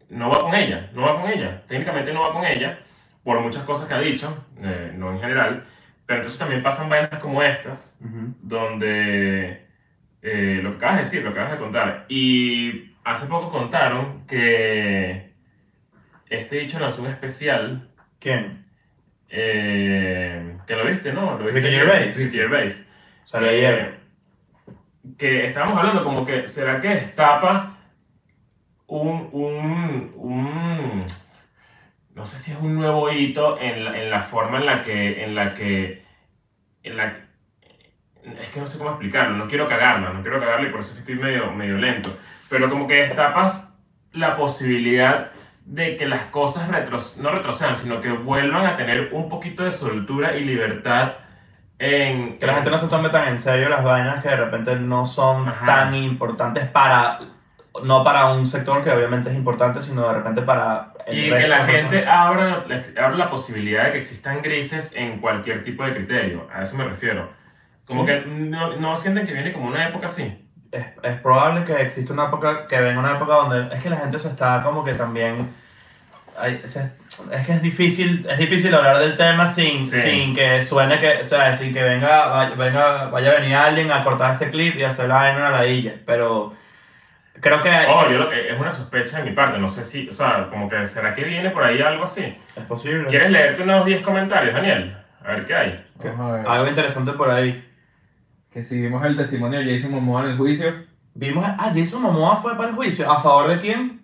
[SPEAKER 2] no va con ella, no va con ella. Técnicamente no va con ella, por muchas cosas que ha dicho, eh, no en general. Pero entonces también pasan vainas como estas, donde eh, lo que acabas de decir, lo que acabas de contar. Y hace poco contaron que este dicho lanzó un especial,
[SPEAKER 3] ¿Quién?
[SPEAKER 2] eh, que lo viste, ¿no? Lo viste
[SPEAKER 3] Ricky Gervais.
[SPEAKER 2] Ricky Gervais.
[SPEAKER 3] Salió
[SPEAKER 2] Eh,
[SPEAKER 3] ayer.
[SPEAKER 2] Que estábamos hablando como que, ¿será que destapa un, un, un- no sé si es un nuevo hito en la, en la forma en la que, en la que, en la, es que no sé cómo explicarlo, no quiero cagarla, no quiero cagarla y por eso es que estoy medio, medio lento, pero como que destapas la posibilidad de que las cosas retro- no retrocedan, sino que vuelvan a tener un poquito de soltura y libertad en...
[SPEAKER 3] Que la gente no se tome tan en serio las vainas que de repente no son
[SPEAKER 2] Ajá.
[SPEAKER 3] tan importantes para. No para un sector que obviamente es importante, sino de repente para. el
[SPEAKER 2] Y que
[SPEAKER 3] resto
[SPEAKER 2] la
[SPEAKER 3] de
[SPEAKER 2] gente
[SPEAKER 3] personas.
[SPEAKER 2] abra, la- abra la posibilidad de que existan grises en cualquier tipo de criterio. A eso me refiero. Como
[SPEAKER 3] Sí.
[SPEAKER 2] que no, no sienten que viene como una época así.
[SPEAKER 3] Es, es probable que exista una época. Que venga una época donde. Es que la gente se está como que también. ay, se- es que es difícil, es difícil hablar del tema sin,
[SPEAKER 2] Sí.
[SPEAKER 3] sin que suene que, o sea, sin que venga, vaya, venga, vaya a venir alguien a cortar este clip y hacer la vaina una ladilla, pero creo que
[SPEAKER 2] Oh, yo lo que es una sospecha de mi parte. No sé si, o sea, como que será que viene por ahí algo así.
[SPEAKER 3] es posible.
[SPEAKER 2] ¿Quieres leerte unos 10 comentarios, Daniel? A ver qué hay.
[SPEAKER 3] ¿Qué?
[SPEAKER 5] Vamos a ver.
[SPEAKER 3] Algo interesante por ahí.
[SPEAKER 5] Que si vimos el testimonio de Jason Momoa en el juicio.
[SPEAKER 3] Vimos, ah, Jason Momoa fue para el juicio. ¿A favor de quién?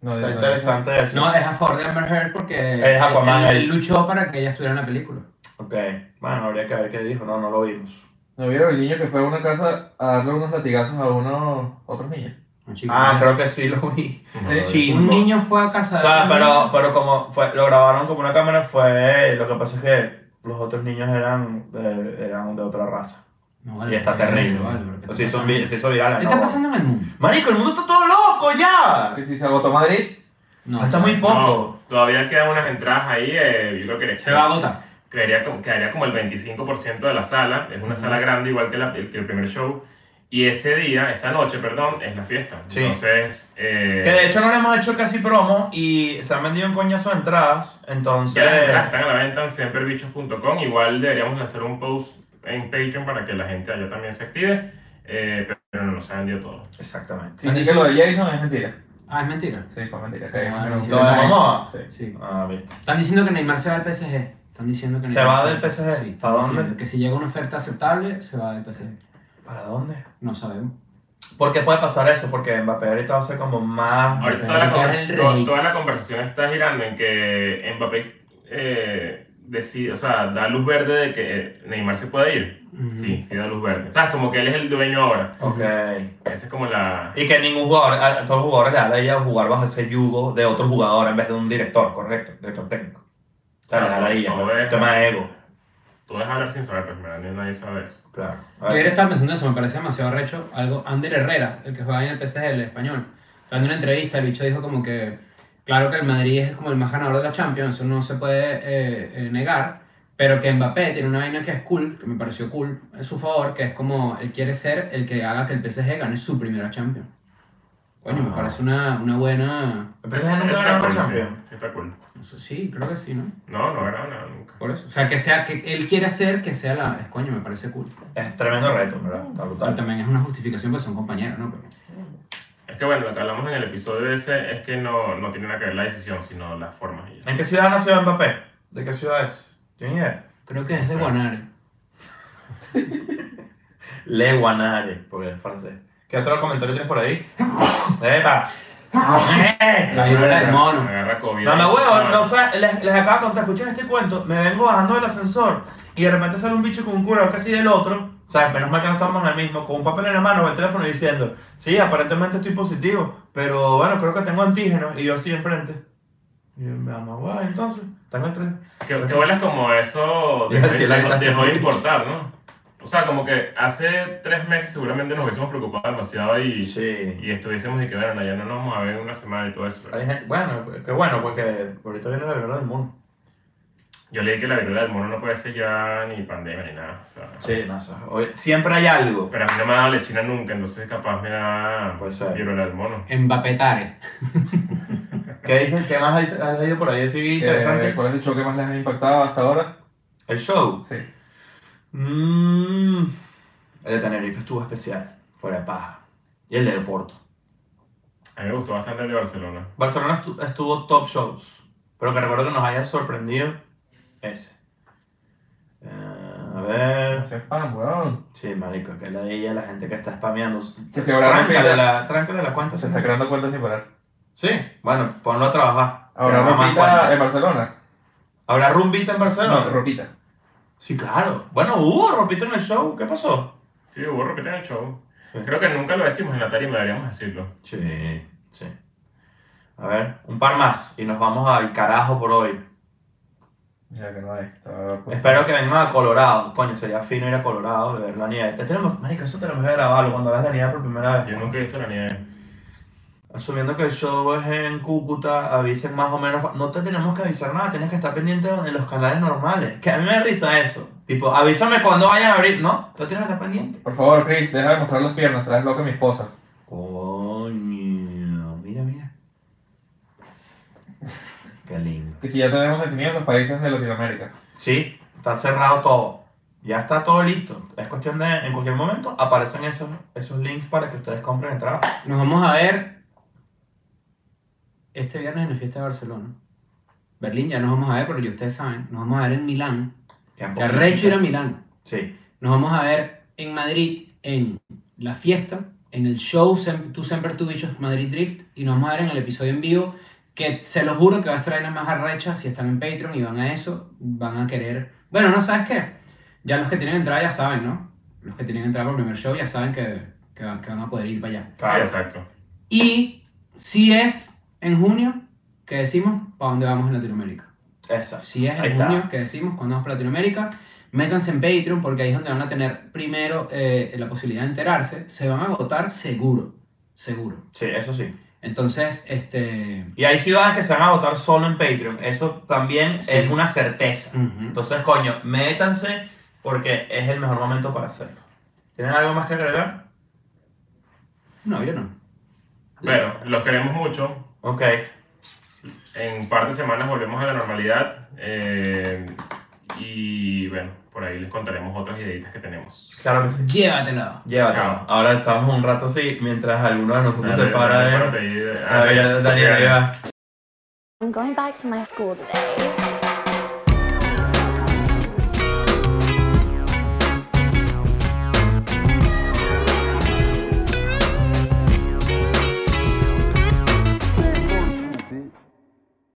[SPEAKER 5] No,
[SPEAKER 3] Está
[SPEAKER 5] de-
[SPEAKER 3] interesante eso.
[SPEAKER 4] No, eh. es a favor de Amber Heard porque
[SPEAKER 3] Es Aquaman,
[SPEAKER 4] él,
[SPEAKER 3] él.
[SPEAKER 4] él luchó para que ella estuviera en la película.
[SPEAKER 3] Ok, bueno, habría que ver qué dijo. No, no lo vimos.
[SPEAKER 5] No vieron el niño que fue a una casa a darle unos latigazos a unos otros niños.
[SPEAKER 4] Un chico
[SPEAKER 3] Ah,
[SPEAKER 4] más.
[SPEAKER 3] creo que sí lo vi.
[SPEAKER 5] Sí.
[SPEAKER 3] Chimbo.
[SPEAKER 4] Un niño fue a casa
[SPEAKER 3] O sea,
[SPEAKER 4] de
[SPEAKER 3] pero, pero como fue, lo grabaron como una cámara, fue. Lo que pasa es que los otros niños eran de, eran de otra raza.
[SPEAKER 4] No,
[SPEAKER 3] Y está terrible. O se hizo, vi- se hizo viral.
[SPEAKER 4] ¿Qué
[SPEAKER 3] ¿no?
[SPEAKER 4] está pasando en el mundo?
[SPEAKER 3] Marico, el mundo está todo loco ya.
[SPEAKER 5] Que si se agotó Madrid,
[SPEAKER 4] No,
[SPEAKER 3] Falta muy poco.
[SPEAKER 2] No, todavía quedan unas entradas ahí. eh, yo creo que
[SPEAKER 4] se va a agotar.
[SPEAKER 2] creería como, quedaría como el 25% de la sala. Es una sala grande, igual que, la- que el primer show. Y ese día, esa noche, perdón, es la fiesta.
[SPEAKER 3] Sí.
[SPEAKER 2] Entonces, eh,
[SPEAKER 3] Que de hecho no le hemos hecho casi promo y se han vendido un coñazo de entradas. Entonces.
[SPEAKER 2] ya las entradas están a la venta en semperbichos.com. Igual deberíamos lanzar un post en Patreon para que la gente allá también se active. eh, pero no se ha vendido todo.
[SPEAKER 3] Exactamente.
[SPEAKER 5] sí, sí que lo de Jason es mentira.
[SPEAKER 4] Ah, es mentira.
[SPEAKER 5] Sí, fue mentira. Que hay
[SPEAKER 4] Ah,
[SPEAKER 5] más que no-
[SPEAKER 4] sí,
[SPEAKER 3] Lo de Momoa.
[SPEAKER 5] Sí.
[SPEAKER 4] Sí.
[SPEAKER 3] Ah, viste.
[SPEAKER 4] Están diciendo que Neymar se va al PSG. Están diciendo que
[SPEAKER 3] ¿Se
[SPEAKER 4] Neymar
[SPEAKER 3] va del PSG?
[SPEAKER 4] Sí, están
[SPEAKER 3] ¿Para dónde?
[SPEAKER 4] diciendo que si llega una oferta aceptable, se va del PSG.
[SPEAKER 3] ¿Para dónde?
[SPEAKER 4] No sabemos.
[SPEAKER 3] Porque puede pasar eso, porque Mbappé ahorita va a ser como más.
[SPEAKER 2] Ahorita toda la,
[SPEAKER 4] Mbappé
[SPEAKER 2] convers-
[SPEAKER 4] es el
[SPEAKER 2] to-
[SPEAKER 4] rey.
[SPEAKER 2] toda la conversación está girando en que Mbappé eh, decide, o sea, da luz verde de que Neymar se puede ir. Sí, sí da luz verde. ¿Sabes? Como que él es el dueño ahora.
[SPEAKER 3] Ok.
[SPEAKER 2] Esa es como la...
[SPEAKER 3] Y que ningún jugador, a a todos los jugadores les da la idea de jugar bajo ese yugo de otro jugador en vez de un director, correcto, director técnico. O sea, les da la idea,
[SPEAKER 2] Todo
[SPEAKER 3] ¿no?
[SPEAKER 2] es-
[SPEAKER 3] tema de ego.
[SPEAKER 2] Tú dejas hablar sin saber, pues, mira, ni nadie sabe eso.
[SPEAKER 3] Claro. A
[SPEAKER 4] Ayer
[SPEAKER 3] ver.
[SPEAKER 4] estaba pensando eso, me parecía demasiado recho. Algo, Ander Herrera, el que juega en el PSG, el español, dando una entrevista, el bicho dijo como que, claro que el Madrid es como el más ganador de la Champions, eso no se puede eh, eh, negar, pero que Mbappé tiene una vaina que es cool, que me pareció cool, en su favor, que es como él quiere ser el que haga que el PSG gane su primera Champions. Coño, me
[SPEAKER 3] Ah.
[SPEAKER 4] parece una, una buena...
[SPEAKER 3] Empecé a nunca
[SPEAKER 2] Eso
[SPEAKER 3] ganar
[SPEAKER 2] está
[SPEAKER 3] una
[SPEAKER 2] cool,
[SPEAKER 3] Champions.
[SPEAKER 2] sí, está cool.
[SPEAKER 4] no sé, Sí, creo que sí, ¿no?
[SPEAKER 2] No, no era nada nunca.
[SPEAKER 4] Por eso. O sea, que sea, que él quiere hacer que sea la... Coño, me parece cool.
[SPEAKER 3] Es tremendo reto, ¿verdad? Está
[SPEAKER 4] Y
[SPEAKER 3] brutal.
[SPEAKER 4] también es una justificación porque son compañeros, ¿no? Pero-
[SPEAKER 2] Es que bueno, lo que hablamos en el episodio ese es que no, no tiene nada que ver la decisión, sino las formas. y ya.
[SPEAKER 3] ¿En qué ciudad nació Mbappé? ¿De qué ciudad es? ¿Tienes idea?
[SPEAKER 4] Creo que es de
[SPEAKER 2] Sí.
[SPEAKER 4] Guanare.
[SPEAKER 3] Le Guanare, porque es francés. ¿Qué otro comentario tienes por *laughs* ahí? ¡Epa! Ah, Eh,
[SPEAKER 4] La viruela del mono.
[SPEAKER 2] Agarra COVID.
[SPEAKER 3] Dame
[SPEAKER 2] Ah,
[SPEAKER 3] huevo, no, o sea, les, les acabo de contar, escuchas este cuento, me vengo bajando del ascensor y de repente sale un bicho con un curador casi del otro, o sea, menos mal que no estamos en el mismo, con un papel en la mano, o el teléfono diciendo, sí, aparentemente estoy positivo, pero bueno, creo que tengo antígenos, y yo así enfrente. Y yo, me amo, huevo, entonces, tengo el 3.
[SPEAKER 2] Que, que vuelas como eso
[SPEAKER 3] Iba a
[SPEAKER 2] dejó,
[SPEAKER 3] decir la
[SPEAKER 2] dejó-
[SPEAKER 3] clase
[SPEAKER 2] dejó de
[SPEAKER 3] de-
[SPEAKER 2] importar, ¿no? O sea, como que hace tres meses seguramente nos hubiésemos preocupado demasiado y,
[SPEAKER 3] Sí.
[SPEAKER 2] y estuviésemos y que, bueno, ya no nos vamos a ver en una semana y todo eso.
[SPEAKER 3] Hay gente- bueno, pues, qué bueno, porque ahorita viene la verdad del mundo.
[SPEAKER 2] Yo leí que la viruela del mono no puede ser ya ni pandemia ni nada. o sea.
[SPEAKER 3] Sí, no, o sea, hoy- siempre hay algo.
[SPEAKER 2] Pero a mí no me ha dado lechina nunca, entonces capaz me da
[SPEAKER 3] Puede ser.
[SPEAKER 2] viruela del mono.
[SPEAKER 4] Embapetare.
[SPEAKER 3] ¿Qué dices? ¿Qué más has, has leído por ahí? Sí,
[SPEAKER 5] Eh,
[SPEAKER 3] interesante.
[SPEAKER 5] ¿Cuál es el show que más les ha impactado hasta ahora?
[SPEAKER 3] El show.
[SPEAKER 5] Sí.
[SPEAKER 3] Mm, el de Tenerife estuvo especial, fuera de paja. Y el de Porto.
[SPEAKER 2] A mí me gustó bastante el de Barcelona.
[SPEAKER 3] Barcelona estu- estuvo top shows, pero que recuerdo que nos haya sorprendido ese. Eh, a
[SPEAKER 5] No
[SPEAKER 3] ver.
[SPEAKER 5] seas spam, weón.
[SPEAKER 3] Sí, marico, que la de ella, la gente que está spameando.
[SPEAKER 5] Que se habrá
[SPEAKER 3] Tráncale
[SPEAKER 5] repetido.
[SPEAKER 3] la, tráncale la cuenta. sí.
[SPEAKER 5] Se está creando cuentas sin parar.
[SPEAKER 3] Sí, bueno, ponlo a trabajar. que
[SPEAKER 5] Ahora
[SPEAKER 3] haga más
[SPEAKER 5] ropita
[SPEAKER 3] cuentas.
[SPEAKER 5] en Barcelona.
[SPEAKER 3] ¿Habrá rumbita en Barcelona?
[SPEAKER 5] No, ropita.
[SPEAKER 3] sí, claro. Bueno, hubo ropita en el show, ¿qué pasó?
[SPEAKER 2] Sí, hubo repite en el show.
[SPEAKER 3] Sí.
[SPEAKER 2] Creo que nunca lo decimos en la tarima, deberíamos decirlo.
[SPEAKER 3] Sí, sí. A ver, un par más y nos vamos al carajo por hoy.
[SPEAKER 5] Ya que no hay. está-
[SPEAKER 3] Espero que vengan a Colorado. Coño, sería fino ir a Colorado y ver la nieve. Te tenemos, marica, eso tenemos que grabarlo cuando veas la nieve por primera vez.
[SPEAKER 2] Yo nunca he visto la nieve.
[SPEAKER 3] Asumiendo que el show es en Cúcuta, avisen más o menos. cu- No te tenemos que avisar nada, tienes que estar pendiente en los canales normales. Que a mí me da risa eso. Tipo, avísame cuando vayan a abrir. No, tú tienes que estar pendiente.
[SPEAKER 5] Por favor, Chris, deja de mostrar las piernas, traes loca a mi esposa.
[SPEAKER 3] Coño, mira, mira. Qué lindo.
[SPEAKER 5] Que si ya tenemos definidos los países de Latinoamérica.
[SPEAKER 3] Sí, está cerrado todo. Ya está todo listo. Es cuestión de, en cualquier momento, aparecen esos, esos links para que ustedes compren entradas.
[SPEAKER 4] Nos vamos a ver este viernes en la fiesta de Barcelona. Berlín ya nos vamos a ver, pero ya ustedes saben, nos vamos a ver en Milán.
[SPEAKER 3] Quedan
[SPEAKER 4] Que arrecho ir a
[SPEAKER 3] poquitas.
[SPEAKER 4] Milán.
[SPEAKER 3] Sí,
[SPEAKER 2] Ah,
[SPEAKER 4] Nos vamos a ver en Madrid en la fiesta, en el show Sem- Tú Siempre Tú Bichos Madrid Drift y nos vamos a ver en el episodio en vivo que se los juro que va a ser la más arrecha si están en Patreon y van a eso, van a querer... Bueno, no sabes qué, ya los que tienen entrada ya saben, ¿no? Los que tienen entrada por primer show ya saben que, que van- que van a poder ir para allá.
[SPEAKER 2] Sí,
[SPEAKER 3] claro.
[SPEAKER 2] exacto.
[SPEAKER 4] Y si es en junio, que decimos para dónde vamos en Latinoamérica.
[SPEAKER 3] Esa.
[SPEAKER 4] Si es en
[SPEAKER 3] Ahí está.
[SPEAKER 4] junio, que decimos cuando vamos para Latinoamérica, métanse en Patreon porque ahí es donde van a tener primero eh, la posibilidad de enterarse. Se van a agotar seguro, seguro.
[SPEAKER 3] Sí, eso sí.
[SPEAKER 4] Entonces, este...
[SPEAKER 3] Y hay ciudades que se van a votar solo en Patreon. Eso también
[SPEAKER 4] Sí.
[SPEAKER 3] es una certeza.
[SPEAKER 4] ujú.
[SPEAKER 3] Entonces, coño, métanse porque es el mejor momento para hacerlo. ¿Tienen algo más que agregar?
[SPEAKER 4] No, yo no.
[SPEAKER 2] Bueno, los queremos mucho.
[SPEAKER 3] Ok.
[SPEAKER 2] En un par de semanas volvemos a la normalidad. eh, y bueno, por ahí les contaremos otras ideitas que tenemos.
[SPEAKER 3] Claro que sí.
[SPEAKER 4] Llévatelo.
[SPEAKER 3] Llévatelo.
[SPEAKER 2] Chao.
[SPEAKER 3] Ahora estamos un rato así mientras alguno de nosotros se
[SPEAKER 2] Dale, ah,
[SPEAKER 3] para
[SPEAKER 2] dale,
[SPEAKER 3] de...
[SPEAKER 2] párate ahí.
[SPEAKER 3] A ver, Daniel, ahí va.
[SPEAKER 1] I'm going back to my school today.